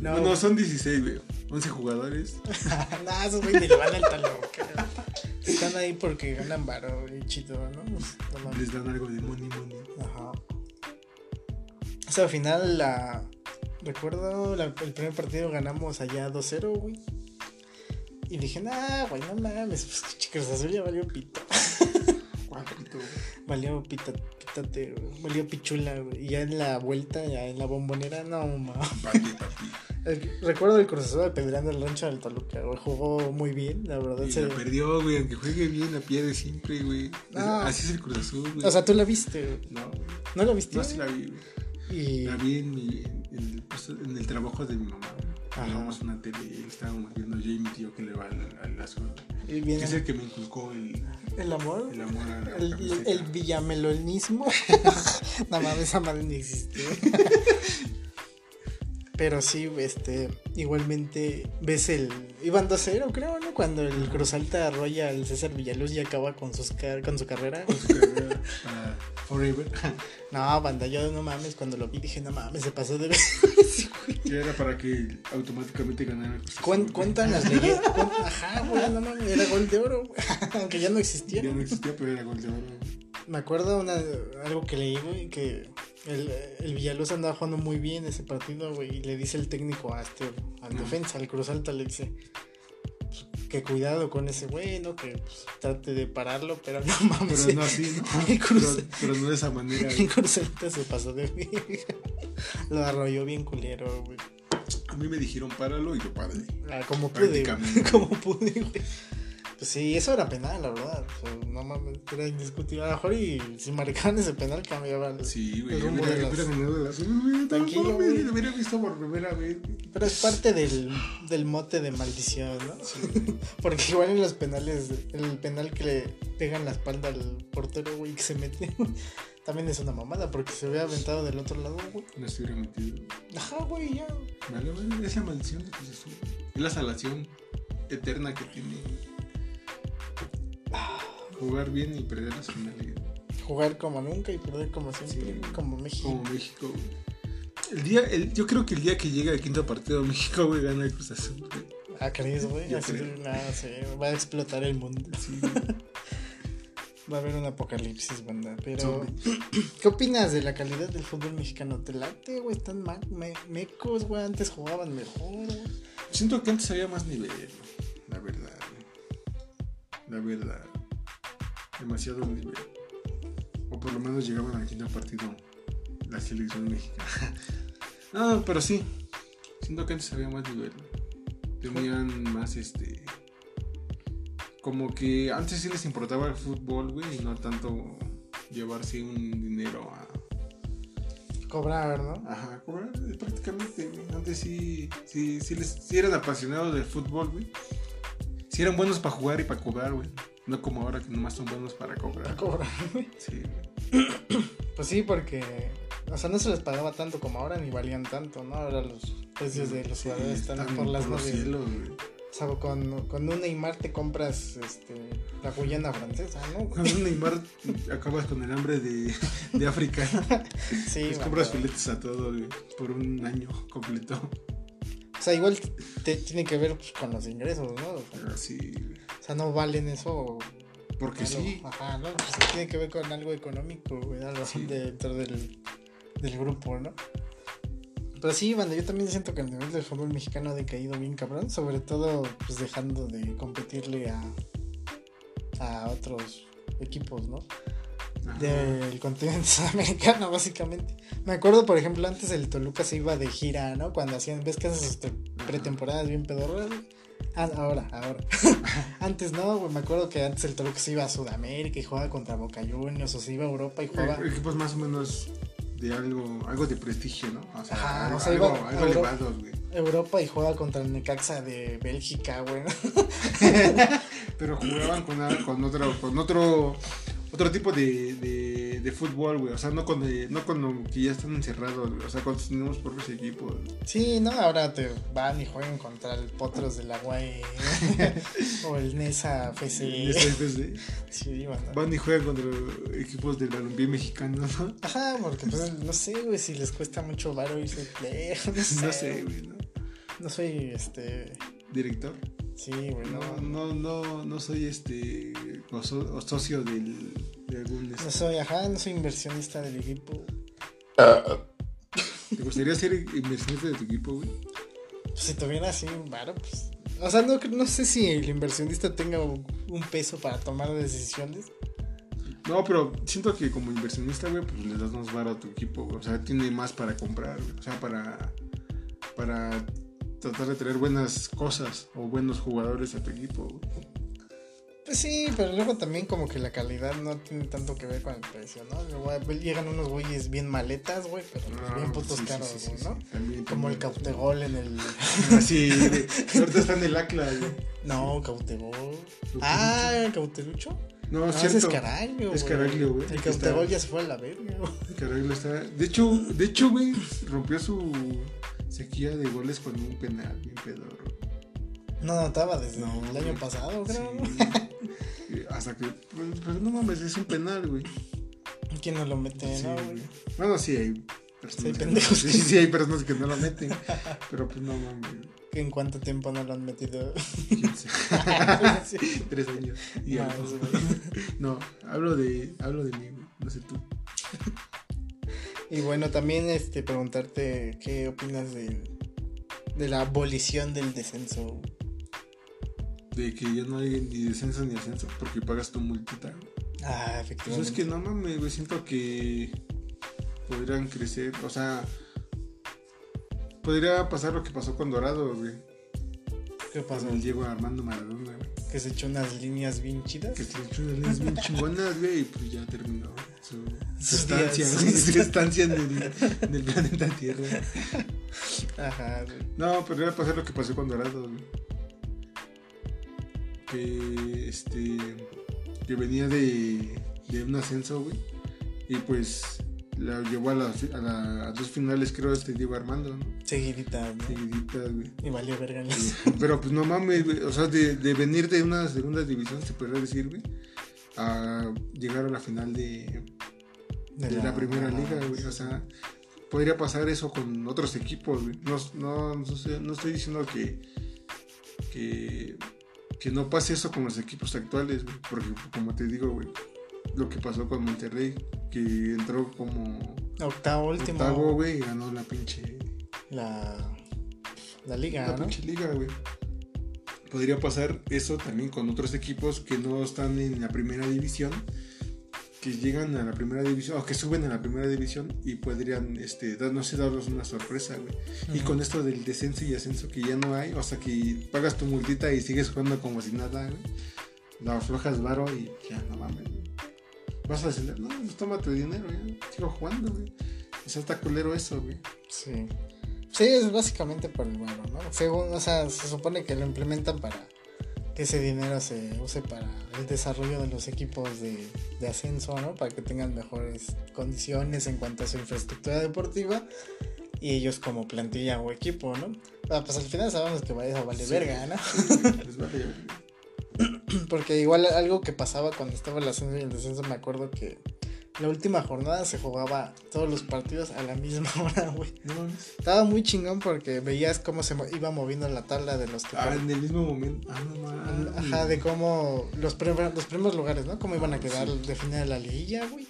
Speaker 2: No, no, son 16, güey. 11 jugadores.
Speaker 1: no, esos güey ni le van al Toluca. güey. Están ahí porque ganan varo y chido, ¿no? Pues, no mames.
Speaker 2: Les dan algo de money, money.
Speaker 1: Ajá. O sea, al final la... Recuerdo la- el primer partido ganamos allá 2-0, güey. Y dije, nah, güey, no mames, pues chicos, azul ya valió pito.
Speaker 2: Cuadrato, güey.
Speaker 1: Valió pita, pítate, güey, valió pichula, güey. Y ya en la vuelta, ya en la bombonera, no mames.
Speaker 2: Pati, pati.
Speaker 1: El- Recuerdo el Cruz Azul apedreando el rancho del Toluca, güey. Jugó muy bien, la verdad.
Speaker 2: Y
Speaker 1: se-
Speaker 2: la perdió, güey. Aunque juegue bien, la pierde siempre, güey.
Speaker 1: No.
Speaker 2: Así es el Cruz Azul, güey.
Speaker 1: O sea, tú la viste, güey.
Speaker 2: no, güey.
Speaker 1: ¿No la viste?
Speaker 2: No, sí la vi, güey.
Speaker 1: Y...
Speaker 2: La vi en, mi, en, el, puesto- en el trabajo de mi mamá, güey.
Speaker 1: Ajá.
Speaker 2: Teníamos una tele y estábamos viendo yo y mi tío que le va al, al azul.
Speaker 1: y
Speaker 2: Que
Speaker 1: viene
Speaker 2: es el que me inculcó el,
Speaker 1: el amor.
Speaker 2: el amor a la
Speaker 1: El,
Speaker 2: camiseta.
Speaker 1: el villamelonismo. Nada más esa madre ni existió. Pero sí, este, igualmente ves el. Iban 2-0, creo, ¿no? Cuando el Cruz Alta arrolla al César Villaluz y acaba con, sus car- con su carrera.
Speaker 2: Su carrera para Forever.
Speaker 1: No, banda, yo no mames, cuando lo vi dije, no mames, se pasó de ver.
Speaker 2: Que era para que automáticamente ganara el Cruz Azul,
Speaker 1: Cuan-
Speaker 2: güey.
Speaker 1: Cuentan las leyendas. Ajá, güey, no mames, era gol de oro, güey, aunque ya no existía.
Speaker 2: Ya no existía, pero era gol de oro. güey.
Speaker 1: Me acuerdo una, algo que leí, güey, que el, el Villaluz andaba jugando muy bien ese partido, güey, y le dice el técnico a este, al
Speaker 2: Ajá.
Speaker 1: defensa, al Cruz Alta, le dice pues, que cuidado con ese güey, ¿no? Que pues, trate de pararlo, pero no mames.
Speaker 2: Pero no así, ¿no?
Speaker 1: El Cruz,
Speaker 2: Pero, pero no de esa manera.
Speaker 1: el
Speaker 2: güey.
Speaker 1: Cruz Alta se pasó de mí. Lo arrolló bien culero, güey.
Speaker 2: A mí me dijeron páralo y yo paré.
Speaker 1: Ah, como pude, güey.
Speaker 2: Prácticamente.
Speaker 1: como pude, güey. Pues sí, eso era penal, la verdad. O sea, no mames, era indiscutible. A lo mejor y si marcaban ese penal cambiaba. el-
Speaker 2: Sí, güey.
Speaker 1: el
Speaker 2: Yo
Speaker 1: rumbo
Speaker 2: hubiera
Speaker 1: de
Speaker 2: yo
Speaker 1: las-
Speaker 2: hubiera ganado el azul, güey. no
Speaker 1: Tranquilo,
Speaker 2: mames,
Speaker 1: güey.
Speaker 2: Lo hubiera visto por primera vez. güey.
Speaker 1: Pero es parte del, del mote de maldición, ¿no?
Speaker 2: Sí, güey.
Speaker 1: Porque igual en los penales, el penal que le pegan la espalda al portero, güey, que se mete, también es una mamada, porque se hubiera aventado del otro lado, güey.
Speaker 2: No estuviera metido.
Speaker 1: Ajá, güey, ya.
Speaker 2: Vale, vale. Esa maldición de Cruz Azul. Es la salación eterna que tiene. Jugar bien y perder las finales.
Speaker 1: Jugar como nunca y perder como siempre,
Speaker 2: Sí.
Speaker 1: como México.
Speaker 2: Como México, güey. El día, el- yo creo que el día que llega el quinto partido México, güey, gana el Cruz Azul, güey.
Speaker 1: Ah, ¿crees, güey?
Speaker 2: Yo
Speaker 1: Así,
Speaker 2: creo.
Speaker 1: nada, sí, va a explotar el mundo.
Speaker 2: Sí, güey.
Speaker 1: Va a haber un apocalipsis, banda. Pero, ¿qué opinas de la calidad del fútbol mexicano? ¿Te late, güey? Están ma- me- mecos, güey. Antes jugaban mejor, güey.
Speaker 2: Siento que antes había más nivel, la verdad. La verdad. Demasiado nivel. O por lo menos llegaban al quinto partido la selección mexicana. no, pero sí. Siento que antes había más nivel. Tenían más este. Como que antes sí les importaba el fútbol, güey, y no tanto llevarse un dinero a,
Speaker 1: Cobrar, ¿no?
Speaker 2: Ajá, cobrar, eh, prácticamente, güey. Antes sí, sí, sí, les, sí eran apasionados del fútbol, güey. Sí eran buenos para jugar y para cobrar, güey. No como ahora que nomás son buenos para
Speaker 1: A
Speaker 2: cobrar.
Speaker 1: cobrar.
Speaker 2: Sí, güey.
Speaker 1: Pues sí, porque. O sea, no se les pagaba tanto como ahora ni valían tanto, ¿no? Ahora los precios de los
Speaker 2: Sí,
Speaker 1: jugadores están por las
Speaker 2: los
Speaker 1: nubes.
Speaker 2: cielos, güey.
Speaker 1: O sea, con, con un Neymar te compras este, la Guyana francesa, ¿no?
Speaker 2: Con un Neymar acabas con el hambre de, de África.
Speaker 1: Sí,
Speaker 2: Les
Speaker 1: me
Speaker 2: compras
Speaker 1: acuerdo.
Speaker 2: filetes a todo, güey, por un año completo.
Speaker 1: O sea, igual te, tiene que ver pues, con los ingresos, ¿no? O sea,
Speaker 2: Sí, güey.
Speaker 1: o sea, no valen eso.
Speaker 2: porque
Speaker 1: algo-
Speaker 2: sí.
Speaker 1: Ajá, ¿no? Pues, tiene que ver con algo económico, güey, algo
Speaker 2: Sí.
Speaker 1: de- dentro del, del grupo, ¿no? Pero sí, banda, yo también siento que el nivel del fútbol mexicano ha decaído bien cabrón, sobre todo pues dejando de competirle a, a otros equipos, ¿no?
Speaker 2: Ajá.
Speaker 1: del continente sudamericano, básicamente. Me acuerdo, por ejemplo, antes el Toluca se iba de gira, ¿no? Cuando hacían, ves que haces este, pretemporadas bien pedorras. güey? Ah, ahora, ahora. antes no, güey. Me acuerdo que antes el Toluca se iba a Sudamérica y jugaba contra Boca Juniors, o se iba a Europa y jugaba.
Speaker 2: Eh, Equipos más o menos de algo, algo de prestigio, ¿no? O sea,
Speaker 1: Ajá,
Speaker 2: algo,
Speaker 1: o sea,
Speaker 2: algo,
Speaker 1: iba-
Speaker 2: algo
Speaker 1: algo-
Speaker 2: elevados, güey.
Speaker 1: Europa y jugaba contra el Necaxa de Bélgica, güey. ¿no?
Speaker 2: Pero jugaban con, al- con otro, con otro, otro tipo de, de, de fútbol, güey. O sea, no con, el- no con lo que ya están encerrados, güey. O sea, con sus mismos propios equipos.
Speaker 1: Sí, no, ahora te van y juegan contra el Potros de la UAE o el Nesa
Speaker 2: En
Speaker 1: FC.
Speaker 2: esta FC.
Speaker 1: Sí, banda.
Speaker 2: Van y juegan contra equipos del balompié mexicano, ¿no?
Speaker 1: Ajá, porque pues no sé, güey, si les cuesta mucho varo irse lejos, no sé.
Speaker 2: No sé, güey, ¿no?
Speaker 1: No soy este.
Speaker 2: Director.
Speaker 1: Sí, güey, no.
Speaker 2: No,
Speaker 1: No,
Speaker 2: no, no, no soy este o so- o socio del, de algún este,
Speaker 1: soy, ajá, no soy inversionista del equipo.
Speaker 2: ¿Te gustaría ser inversionista de tu equipo, güey?
Speaker 1: Pues, si tuviera así un varo, pues. O sea, no, no sé si el inversionista tenga un un peso para tomar decisiones.
Speaker 2: No, pero siento que como inversionista, güey, pues le das más vara a tu equipo, güey. O sea, tiene más para comprar, güey. O sea, para, para tratar de traer buenas cosas o buenos jugadores a tu equipo, güey.
Speaker 1: Pues sí, pero luego también como que la calidad no tiene tanto que ver con el precio, ¿no? Luego pues, llegan unos güeyes bien maletas, güey, pero pues, bien putos
Speaker 2: Ah, Sí, sí,
Speaker 1: caros,
Speaker 2: sí, sí,
Speaker 1: güey,
Speaker 2: sí.
Speaker 1: ¿no?
Speaker 2: También,
Speaker 1: Como el
Speaker 2: también.
Speaker 1: cautegol en el.
Speaker 2: Así, de- ahorita está en el ACLA, güey.
Speaker 1: No, cautegol. Ah, cautelucho.
Speaker 2: No,
Speaker 1: No,
Speaker 2: es
Speaker 1: Ah, ese es
Speaker 2: cierto.
Speaker 1: Caraglio,
Speaker 2: Es Caraglio, güey.
Speaker 1: El
Speaker 2: Aquí está.
Speaker 1: Cautegol ya se fue a la verga, güey.
Speaker 2: Caraglio está. De hecho, de hecho, güey, rompió su sequía de goles con un penal, bien pedorro.
Speaker 1: No notaba desde
Speaker 2: No,
Speaker 1: el año
Speaker 2: güey.
Speaker 1: pasado, creo.
Speaker 2: Sí. Hasta que. Pues, pues, no mames, es un penal, güey.
Speaker 1: ¿Quién no lo mete,
Speaker 2: Sí,
Speaker 1: no,
Speaker 2: güey.
Speaker 1: güey?
Speaker 2: Bueno, sí hay
Speaker 1: Sí, hay
Speaker 2: personas. que no-
Speaker 1: pendejos
Speaker 2: sí,
Speaker 1: que-
Speaker 2: sí, hay personas que no lo meten. pero pues no mames.
Speaker 1: Que en cuánto tiempo no lo han metido.
Speaker 2: quién sabe.
Speaker 1: Sí.
Speaker 2: Tres años. Y
Speaker 1: Más,
Speaker 2: algo.
Speaker 1: güey.
Speaker 2: No, hablo de, hablo de mí, güey. No sé tú.
Speaker 1: y bueno, también este preguntarte qué opinas de, de la abolición del descenso.
Speaker 2: De que ya no hay ni descenso ni ascenso porque pagas tu multita. güey.
Speaker 1: Ah,
Speaker 2: Pues
Speaker 1: efectivamente.
Speaker 2: es que no mames, güey. Siento que podrían crecer. O sea, podría pasar lo que pasó con Dorado, güey.
Speaker 1: ¿Qué pasó?
Speaker 2: Con el Diego Armando Maradona, güey.
Speaker 1: Que se echó unas líneas bien chidas.
Speaker 2: Que se echó unas líneas bien chingonas, güey, y pues ya terminó su, su
Speaker 1: Sus
Speaker 2: estancia,
Speaker 1: días.
Speaker 2: güey, su estancia en el, en el planeta Tierra.
Speaker 1: Ajá, güey.
Speaker 2: No, pero era pasar lo que pasó con Dorado, güey. Que, este, que venía de, de un ascenso, güey, y pues la llevó a, la fi- a, la- a dos finales, creo, este Diego Armando, ¿no?
Speaker 1: Seguidita, ¿no?
Speaker 2: Seguiditas, güey.
Speaker 1: Y valió verga en
Speaker 2: Sí,
Speaker 1: las-
Speaker 2: Pero pues no mames, güey, o sea, de, de venir de una segunda división, se podría decir, güey, a llegar a la final de, de la, primera liga, güey. O sea, podría pasar eso con otros equipos, güey. No, no, no, sé, no estoy diciendo que, que, que no pase eso con los equipos actuales, güey. Porque como te digo, güey, lo que pasó con Monterrey, que entró como
Speaker 1: Octavo, último.
Speaker 2: octavo, güey, y ganó la pinche...
Speaker 1: La. La liga,
Speaker 2: la
Speaker 1: ¿no?
Speaker 2: pinche liga, güey. Podría pasar eso también con otros equipos que no están en la primera división, que llegan a la primera división, o que suben a la primera división y podrían, este, dar- no sé, darnos una sorpresa, güey. Y
Speaker 1: Ujú.
Speaker 2: con esto del descenso y ascenso que ya no hay, o sea, que pagas tu multita y sigues jugando como si nada, güey. La aflojas varo y ya, no mames. güey. Vas a descender, no, pues toma tu dinero, ya. Sigo jugando, güey. O sea, está culero eso, güey.
Speaker 1: Sí. Sí, es básicamente por el huevo, ¿no? Según, o sea, se supone que lo implementan para que ese dinero se use para el desarrollo de los equipos de, de ascenso, ¿no? Para que tengan mejores condiciones en cuanto a su infraestructura deportiva y ellos como plantilla o equipo, ¿no? Ah, pues al final sabemos que va- eso vale
Speaker 2: Sí.
Speaker 1: verga, ¿no?
Speaker 2: Les vale, güey.
Speaker 1: Porque igual algo que pasaba cuando estaba el ascenso y el descenso, me acuerdo que la última jornada se jugaba todos los partidos a la misma hora, güey.
Speaker 2: No mames.
Speaker 1: Estaba muy chingón porque veías cómo se mo- iba moviendo la tabla de los que
Speaker 2: Ah,
Speaker 1: perdían.
Speaker 2: en el mismo momento. Ah, no mames.
Speaker 1: Ajá, de cómo los, prim- los primeros lugares, ¿no? Cómo iban a
Speaker 2: Ah,
Speaker 1: quedar
Speaker 2: sí.
Speaker 1: de final de la liguilla, güey.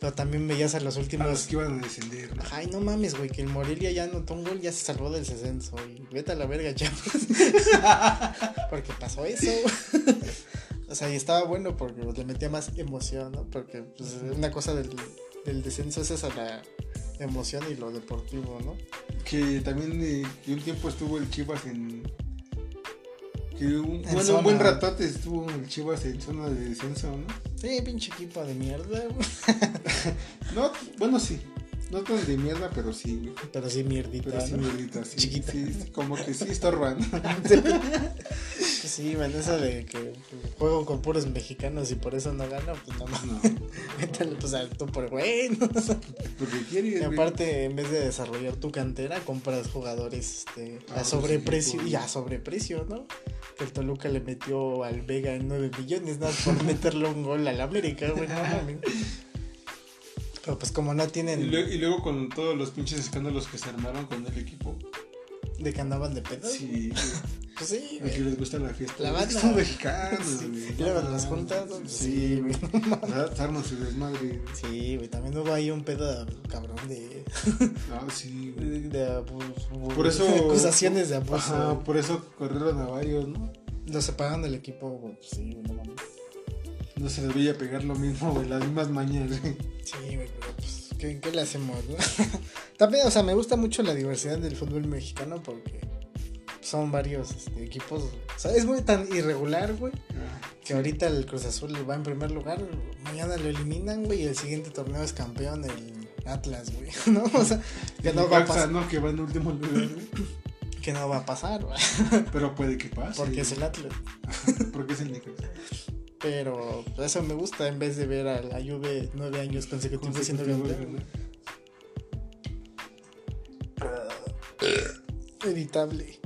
Speaker 1: Pero también veías a los
Speaker 2: Ah, los
Speaker 1: últimos.
Speaker 2: que iban a descender. ¿no?
Speaker 1: Ay, no mames, güey, que el Morelia ya anotó un gol, ya se salvó del descenso. Y vete a la verga, chavos. porque pasó eso, güey. O sea, y estaba bueno porque le metía más emoción, ¿no? Porque pues, una cosa del, del descenso es esa, la emoción y lo deportivo, ¿no?
Speaker 2: Que también eh, que un tiempo estuvo el Chivas en. Que un,
Speaker 1: En
Speaker 2: bueno, un
Speaker 1: zona.
Speaker 2: buen ratote estuvo el Chivas en zona de descenso, ¿no?
Speaker 1: Sí, pinche equipo de mierda, güey.
Speaker 2: No, bueno, sí. No tan de mierda, pero sí, güey.
Speaker 1: Pero sí, mierdita.
Speaker 2: Pero sí,
Speaker 1: ¿no?
Speaker 2: mierdita, sí.
Speaker 1: Chiquita.
Speaker 2: Sí, sí, como que sí estorban.
Speaker 1: Pues sí, bueno, eso de que juego con puros mexicanos y por eso no gano, pues no mames.
Speaker 2: No,
Speaker 1: Métale, pues al tú por güey. ¿no?
Speaker 2: porque
Speaker 1: Y
Speaker 2: quiere. güey.
Speaker 1: aparte, en vez de desarrollar tu cantera, compras jugadores este,
Speaker 2: Ah,
Speaker 1: a sobreprecio
Speaker 2: sí,
Speaker 1: y a sobreprecio, ¿no? Que el Toluca le metió al Vega en 9 millones, nada por meterle un gol al América, güey, no mames. Pero pues como no
Speaker 2: Y,
Speaker 1: tienen
Speaker 2: lue- y luego con todos los pinches escándalos que se armaron con el equipo.
Speaker 1: de que andaban de pedo,
Speaker 2: Sí, güey.
Speaker 1: pues sí,
Speaker 2: A que
Speaker 1: güey.
Speaker 2: les gusta la fiesta.
Speaker 1: La
Speaker 2: güey.
Speaker 1: banda.
Speaker 2: Son mexicanos,
Speaker 1: Sí.
Speaker 2: güey.
Speaker 1: Y luego
Speaker 2: No,
Speaker 1: las
Speaker 2: no,
Speaker 1: juntas, ¿no? Pues
Speaker 2: Sí,
Speaker 1: Sí,
Speaker 2: güey.
Speaker 1: güey.
Speaker 2: O sea, se arman su desmadre.
Speaker 1: Sí, güey, también hubo ahí un pedo cabrón de,
Speaker 2: Ah, sí, güey.
Speaker 1: de, de abuso.
Speaker 2: Por eso-
Speaker 1: Acusaciones de abuso.
Speaker 2: Ajá,
Speaker 1: güey.
Speaker 2: por eso corrieron a varios, ¿no?
Speaker 1: Los separaron del equipo, güey. pues Sí, güey, no mames.
Speaker 2: No se les veía pegar lo mismo, güey. Las mismas mañas, güey.
Speaker 1: Sí, güey, pero pues, ¿qué, qué le hacemos, no? También, o sea, me gusta mucho la diversidad del fútbol mexicano porque son varios este, equipos. O sea, es muy tan irregular, güey, que ahorita el Cruz Azul va en primer lugar. Mañana lo eliminan, güey, y el siguiente torneo es campeón el Atlas, güey, ¿no? O sea, que
Speaker 2: El
Speaker 1: no va a
Speaker 2: Necaxa,
Speaker 1: pasar.
Speaker 2: ¿no? Que va en último lugar, güey.
Speaker 1: Que no va a pasar, güey,
Speaker 2: Pero puede que pase.
Speaker 1: porque es el Atlas.
Speaker 2: Porque es el Necaxa.
Speaker 1: Pero pues, eso me gusta en vez de ver a la Juve nueve años consecutivos siendo
Speaker 2: Consecutivo,
Speaker 1: campeón.
Speaker 2: güey.
Speaker 1: Editable.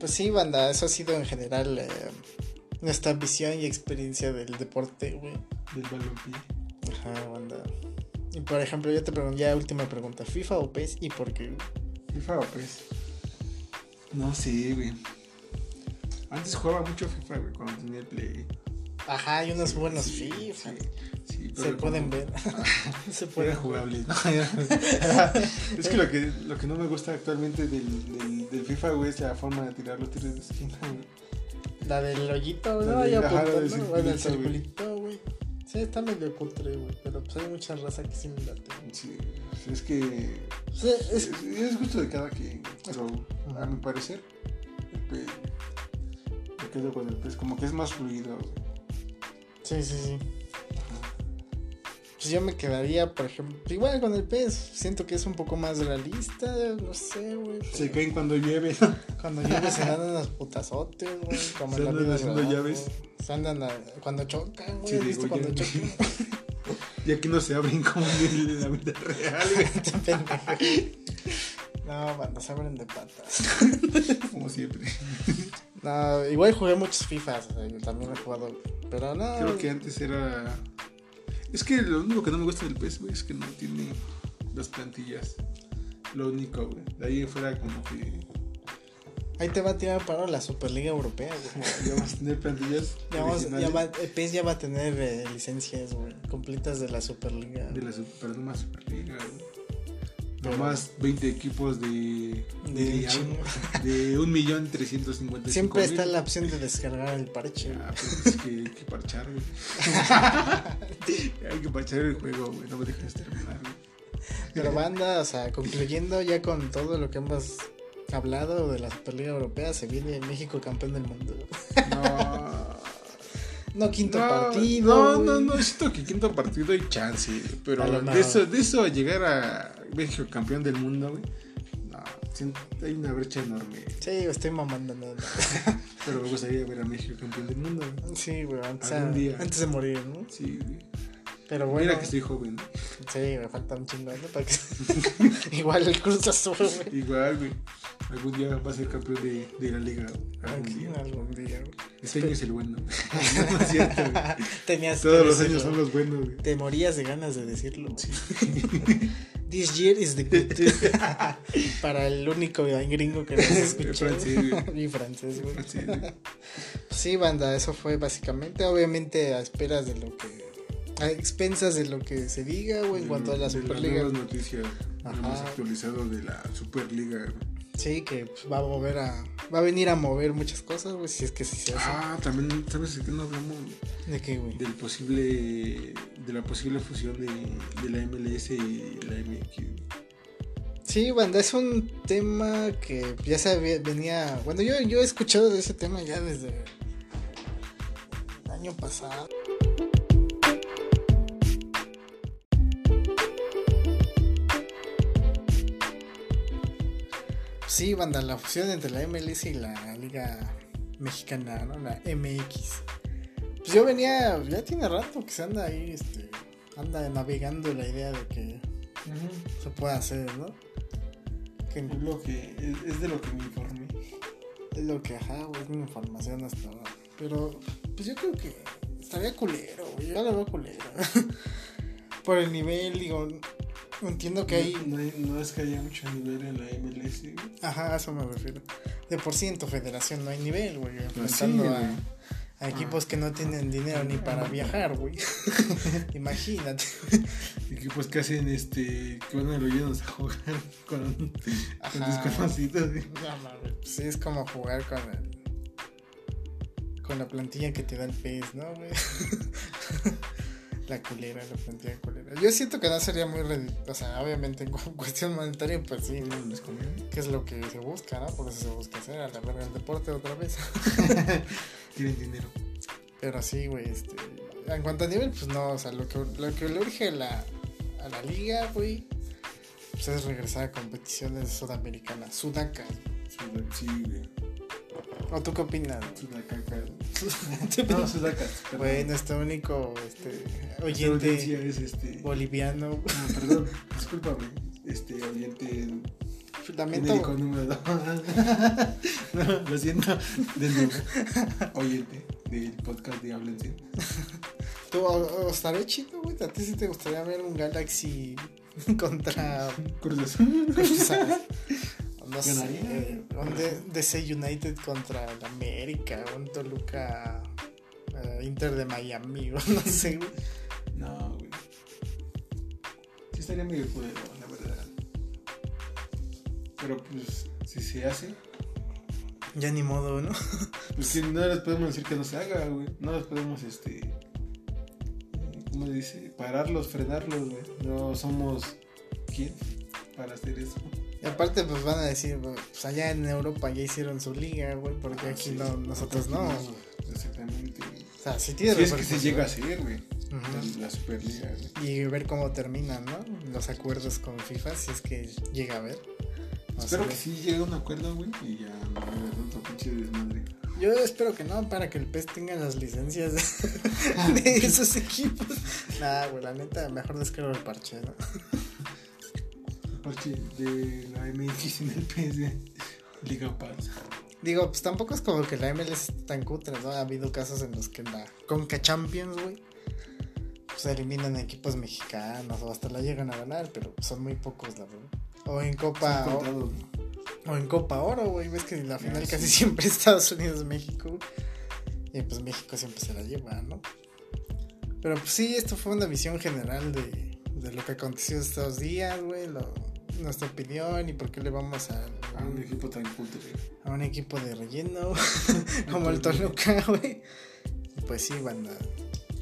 Speaker 1: pues sí, banda, eso ha sido en general eh, nuestra visión y experiencia del deporte, güey.
Speaker 2: Del balompié.
Speaker 1: Ajá, banda. Y por ejemplo, yo te pregunto, ya última pregunta, ¿FIFA o PES y por qué?
Speaker 2: FIFA o PES. No sé, güey. Antes jugaba mucho FIFA, güey, cuando tenía el Play.
Speaker 1: Ajá, hay unos
Speaker 2: Sí,
Speaker 1: buenos
Speaker 2: sí,
Speaker 1: FIFA.
Speaker 2: sí, sí,
Speaker 1: Se
Speaker 2: pero
Speaker 1: pueden
Speaker 2: como-
Speaker 1: ver. Se pueden
Speaker 2: Fuera
Speaker 1: jugar.
Speaker 2: jugable, ¿no? es que lo, que lo que no me gusta actualmente del, del, del FIFA, güey, es la forma de tirar los tiros de esquina, güey.
Speaker 1: La del hoyito,
Speaker 2: La
Speaker 1: ¿no?
Speaker 2: del-
Speaker 1: Ahí
Speaker 2: ajá, la
Speaker 1: apuntando,
Speaker 2: del
Speaker 1: ¿no? Bueno, el
Speaker 2: circulito,
Speaker 1: circulito, güey. Sí, está medio cutre, güey. Pero pues hay mucha raza que sí me late. güey.
Speaker 2: Sí, es que.
Speaker 1: O sea,
Speaker 2: Es,
Speaker 1: es-
Speaker 2: es gusto de cada quien, güey, pero a
Speaker 1: Ajá.
Speaker 2: mi parecer, el pe- me quedo con el pez, como que es más fluido, güey.
Speaker 1: Sí, sí, sí. Pues yo me quedaría, por ejemplo, igual con el pez. Siento que es un poco más realista, no sé, güey.
Speaker 2: Se caen cuando llueve.
Speaker 1: Cuando llueve se dan unos putazotes, güey. Como
Speaker 2: Se
Speaker 1: en la
Speaker 2: andan
Speaker 1: vida
Speaker 2: haciendo
Speaker 1: real,
Speaker 2: llaves.
Speaker 1: güey. Se andan a- cuando chocan, güey.
Speaker 2: Sí,
Speaker 1: ¿Has visto
Speaker 2: digo,
Speaker 1: cuando
Speaker 2: ya.
Speaker 1: chocan?
Speaker 2: y aquí no se abren como en la vida real,
Speaker 1: Te pendejo. No, cuando se abren de patas.
Speaker 2: güey, como siempre.
Speaker 1: No, igual jugué muchos FIFAs, o sea, yo también he jugado, pero no.
Speaker 2: Creo que antes era. Es que lo único que no me gusta del PES, güey, es que no tiene las plantillas. Lo único, güey. De ahí fuera, como que.
Speaker 1: Ahí te va a tirar para la Superliga Europea, güey.
Speaker 2: Ya vas a tener plantillas.
Speaker 1: Ya, vamos- ya
Speaker 2: originales
Speaker 1: va, el PES ya va a tener eh, licencias, güey, completas de la Superliga.
Speaker 2: De la Super, perdón, la Superliga, güey.
Speaker 1: Pero-
Speaker 2: Nomás 20 equipos de.
Speaker 1: De
Speaker 2: De,
Speaker 1: un chingo.
Speaker 2: de 1.355.000.
Speaker 1: Siempre está la opción de descargar el parche. güey.
Speaker 2: Ah, pues es que hay que parchar, güey. hay que parchar el juego, güey. No me dejes terminar, güey.
Speaker 1: Pero banda, o sea, concluyendo ya con todo lo que hemos hablado de la Superliga Europea, se viene México campeón del mundo.
Speaker 2: No.
Speaker 1: No quinto
Speaker 2: no,
Speaker 1: partido.
Speaker 2: No, no,
Speaker 1: güey.
Speaker 2: no, siento que quinto partido hay chance, pero
Speaker 1: A lo
Speaker 2: de
Speaker 1: mejor.
Speaker 2: eso, de eso a llegar a México campeón del mundo, güey. No, siento- hay una brecha enorme,
Speaker 1: Sí, estoy mamando nada más.
Speaker 2: pero me gustaría ver a México campeón del mundo, güey.
Speaker 1: Sí, güey, antes,
Speaker 2: Algún día.
Speaker 1: antes de morir, ¿no?
Speaker 2: Sí, güey.
Speaker 1: Pero bueno.
Speaker 2: Mira que estoy joven.
Speaker 1: Sí, me falta un chingo, ¿no? Para que... Igual el Cruz Azul, güey.
Speaker 2: Igual, güey. Algún día va a ser campeón de, de la liga. güey. Algún
Speaker 1: Algún-
Speaker 2: día.
Speaker 1: Algún día, güey.
Speaker 2: Este año es el bueno. no es cierto, güey.
Speaker 1: Tenías que
Speaker 2: Todos los
Speaker 1: decirlo.
Speaker 2: años son los buenos, güey.
Speaker 1: Te morías de ganas de decirlo. This year is the good. Para el único gringo que nos escuchó.
Speaker 2: Francés, güey.
Speaker 1: Y francés, güey.
Speaker 2: Sí, güey.
Speaker 1: Sí, banda, eso fue básicamente. Obviamente a esperas de lo que. A expensas de lo que se diga, güey, en cuanto a la
Speaker 2: De las
Speaker 1: Superliga.
Speaker 2: nuevas noticias. lo
Speaker 1: Ajá.
Speaker 2: más actualizado de la Superliga, güey.
Speaker 1: Sí, que pues, va a mover a. Va a venir a mover muchas cosas, güey, si es que sí se hace.
Speaker 2: Ah, también, ¿sabes de qué no hablamos?
Speaker 1: ¿De qué, güey?
Speaker 2: Del posible, de la posible fusión de, de la MLS y la MX.
Speaker 1: Sí, banda, es un tema que ya se había- venía. Bueno, yo, yo he escuchado de ese tema ya desde el año pasado. Sí, banda, la fusión entre la MLS y la Liga Mexicana, ¿no? La MX. Pues yo venía, ya tiene rato que se anda ahí, este, anda navegando la idea de que se pueda hacer, ¿no? Que
Speaker 2: Es lo que, es, es de lo que me informé.
Speaker 1: es lo que, ajá, güey, es mi información hasta ahora. Pero, pues yo creo que estaría culero, güey. Yo la veo culera. Por el nivel, digo, entiendo que hay.
Speaker 2: No, hay- no es que haya mucho nivel en la MLS, güey.
Speaker 1: Ajá, a eso me refiero. De por ciento, federación no hay nivel, Pues güey.
Speaker 2: Pues sí,
Speaker 1: Enfrentando a-
Speaker 2: güey.
Speaker 1: a, equipos que no tienen dinero ni para viajar, güey. Imagínate.
Speaker 2: Equipos que hacen este, que van a los llenos a jugar con, con
Speaker 1: Ajá.
Speaker 2: desconocidos, güey.
Speaker 1: No mames, pues es como jugar con el- con la plantilla que te da el pez, ¿no, güey? la culera, la plantilla culera. Yo siento que no sería muy, redi- o sea, obviamente en cu- cuestión monetaria, pues sí, ¿no?
Speaker 2: ¿Les conviene?
Speaker 1: que es lo que se busca, ¿no? Por eso se busca hacer a la verga el deporte otra vez.
Speaker 2: Tienen dinero.
Speaker 1: Pero sí, güey, este, en cuanto a nivel, pues no, o sea, lo que, lo que le urge a la, a la liga, güey, pues es regresar a competiciones sudamericanas, sudacas.
Speaker 2: Suda- Sí, güey.
Speaker 1: ¿O tú qué opinas? güey?
Speaker 2: Sudacaca. No, sudacas. perdón.
Speaker 1: Bueno, este único este,
Speaker 2: Nuestra audiencia
Speaker 1: oyente
Speaker 2: es este.
Speaker 1: boliviano.
Speaker 2: Ah, perdón, discúlpame. Este oyente genérico
Speaker 1: Lamento,
Speaker 2: número dos. No, lo siento. De nuevo. Oyente del podcast de Háblense.
Speaker 1: tú, o- o estaría chido, güey. A ti sí te gustaría ver un Galaxy contra.
Speaker 2: Cruz Azul.
Speaker 1: Cruzada? No sé. eh,
Speaker 2: Ganaría.
Speaker 1: Un D- DC United contra el América. Un Toluca eh, Inter de Miami. o No sé, güey.
Speaker 2: No, güey. Sí estaría medio culero, la verdad. Pero pues, si se hace,
Speaker 1: Ya ni modo, ¿no?
Speaker 2: pues que no les podemos decir que no se haga, güey. No les podemos, este. ¿Cómo se dice? Pararlos, frenarlos, güey. No somos. ¿Quién? Para hacer eso.
Speaker 1: Y aparte, pues van a decir, güey, pues allá en Europa ya hicieron su liga, güey. Porque
Speaker 2: Ah,
Speaker 1: aquí
Speaker 2: sí.
Speaker 1: no, nosotros
Speaker 2: Aquí
Speaker 1: no.
Speaker 2: Exactamente. pues, güey.
Speaker 1: O sea, sí
Speaker 2: Si
Speaker 1: tiene
Speaker 2: es que se
Speaker 1: repercusión.
Speaker 2: llega a hacer, güey.
Speaker 1: Ujú.
Speaker 2: La Superliga, güey.
Speaker 1: Y ver cómo terminan, ¿no? Los acuerdos con FIFA, si es que llega a haber. No
Speaker 2: Espero
Speaker 1: sé.
Speaker 2: que sí llegue a un acuerdo, güey. Y ya no haya tanto pinche desmadre.
Speaker 1: Yo espero que no, para que el PES tenga las licencias de, de esos equipos. Nah, güey, la neta, mejor descargo el parche, ¿no?
Speaker 2: Parche de la MX en el PS. Liga Paz.
Speaker 1: Digo, pues tampoco es como que la MLS es tan cutre, ¿no? Ha habido casos en los que en la Conca Champions, güey, pues eliminan a equipos mexicanos o hasta la llegan a ganar, pero son muy pocos, la verdad. O en Copa...
Speaker 2: Son
Speaker 1: o-
Speaker 2: contados,
Speaker 1: O en Copa Oro, güey. Ves que la final
Speaker 2: Ah,
Speaker 1: casi
Speaker 2: sí.
Speaker 1: siempre es Estados Unidos-México. Y pues México siempre se la lleva, ¿no? Pero pues sí, esto fue una visión general de, de lo que aconteció estos días, güey. Lo, nuestra opinión y por qué le vamos a,
Speaker 2: A un equipo tan culto, güey.
Speaker 1: a un equipo de relleno como el Toluca, güey. Pues sí, banda.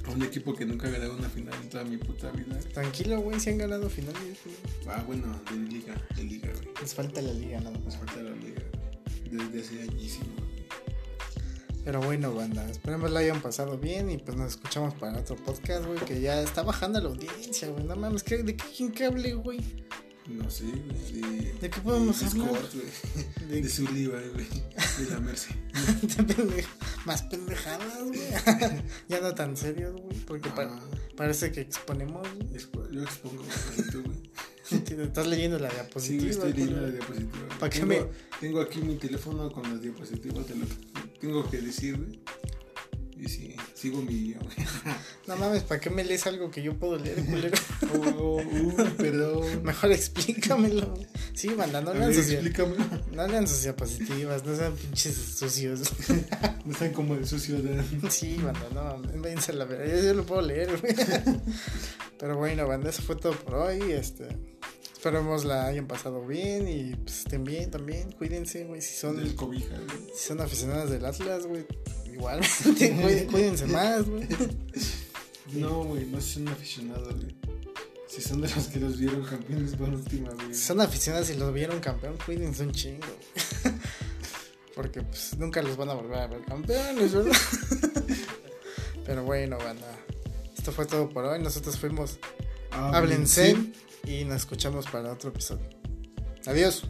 Speaker 2: A un equipo que nunca había dado una final en toda mi puta vida.
Speaker 1: Tranquilo, güey, si han ganado finales. güey.
Speaker 2: Ah, bueno, de liga, de liga, güey.
Speaker 1: Les falta la liga nada
Speaker 2: Nos
Speaker 1: más.
Speaker 2: falta la liga güey. desde hace añísimo. güey.
Speaker 1: Pero bueno, banda, esperemos la hayan pasado bien y pues nos escuchamos para otro podcast, güey, que ya está bajando la audiencia, güey. No mames, ¿qué- ¿de qué quién que hable, güey?
Speaker 2: No sé, güey, de...
Speaker 1: ¿De qué podemos
Speaker 2: de
Speaker 1: hablar?
Speaker 2: Scott, güey.
Speaker 1: De,
Speaker 2: De Sullivan, güey. De la Merce.
Speaker 1: de pende- más pendejadas, güey. ya no tan serios, güey, porque pa-
Speaker 2: Ah,
Speaker 1: parece que exponemos, güey.
Speaker 2: expo- yo expongo güey, tú, güey.
Speaker 1: Estás leyendo la
Speaker 2: Sí, güey,
Speaker 1: diapositiva.
Speaker 2: estoy leyendo la
Speaker 1: güey.
Speaker 2: diapositiva.
Speaker 1: ¿Para qué
Speaker 2: tengo,
Speaker 1: me-
Speaker 2: tengo aquí mi teléfono con las diapositivas de lo que tengo que decir, güey. Y sí, sigo mi guía, güey.
Speaker 1: No mames, ¿para qué me lees algo que yo puedo leer, culero?
Speaker 2: Oh,
Speaker 1: uh,
Speaker 2: uy, perdón.
Speaker 1: Mejor explícamelo. güey. Sí, banda, no
Speaker 2: A
Speaker 1: lean
Speaker 2: ver,
Speaker 1: sus,
Speaker 2: explícame.
Speaker 1: no lean sus diapositivas, no sean pinches sucios.
Speaker 2: No están como de sucio de...
Speaker 1: Sí, banda, no mames, váyanse a la verga. Yo, yo lo puedo leer, güey. Pero bueno, banda, eso fue todo por hoy. Este, esperemos la hayan pasado bien y pues, estén bien también. Cuídense, güey, si son,
Speaker 2: del cobija, güey.
Speaker 1: si son aficionados del Atlas, güey. Igualmente, güey, cuídense más, güey.
Speaker 2: No, güey, no son aficionados, güey. Si son de los que los vieron campeones por última, güey.
Speaker 1: Si son aficionados y los vieron campeón, cuídense un chingo. güey. Porque pues nunca los van a volver a ver campeones, ¿verdad? Pero bueno, banda. Esto fue todo por hoy. Nosotros fuimos Háblense y nos escuchamos para otro episodio. Adiós.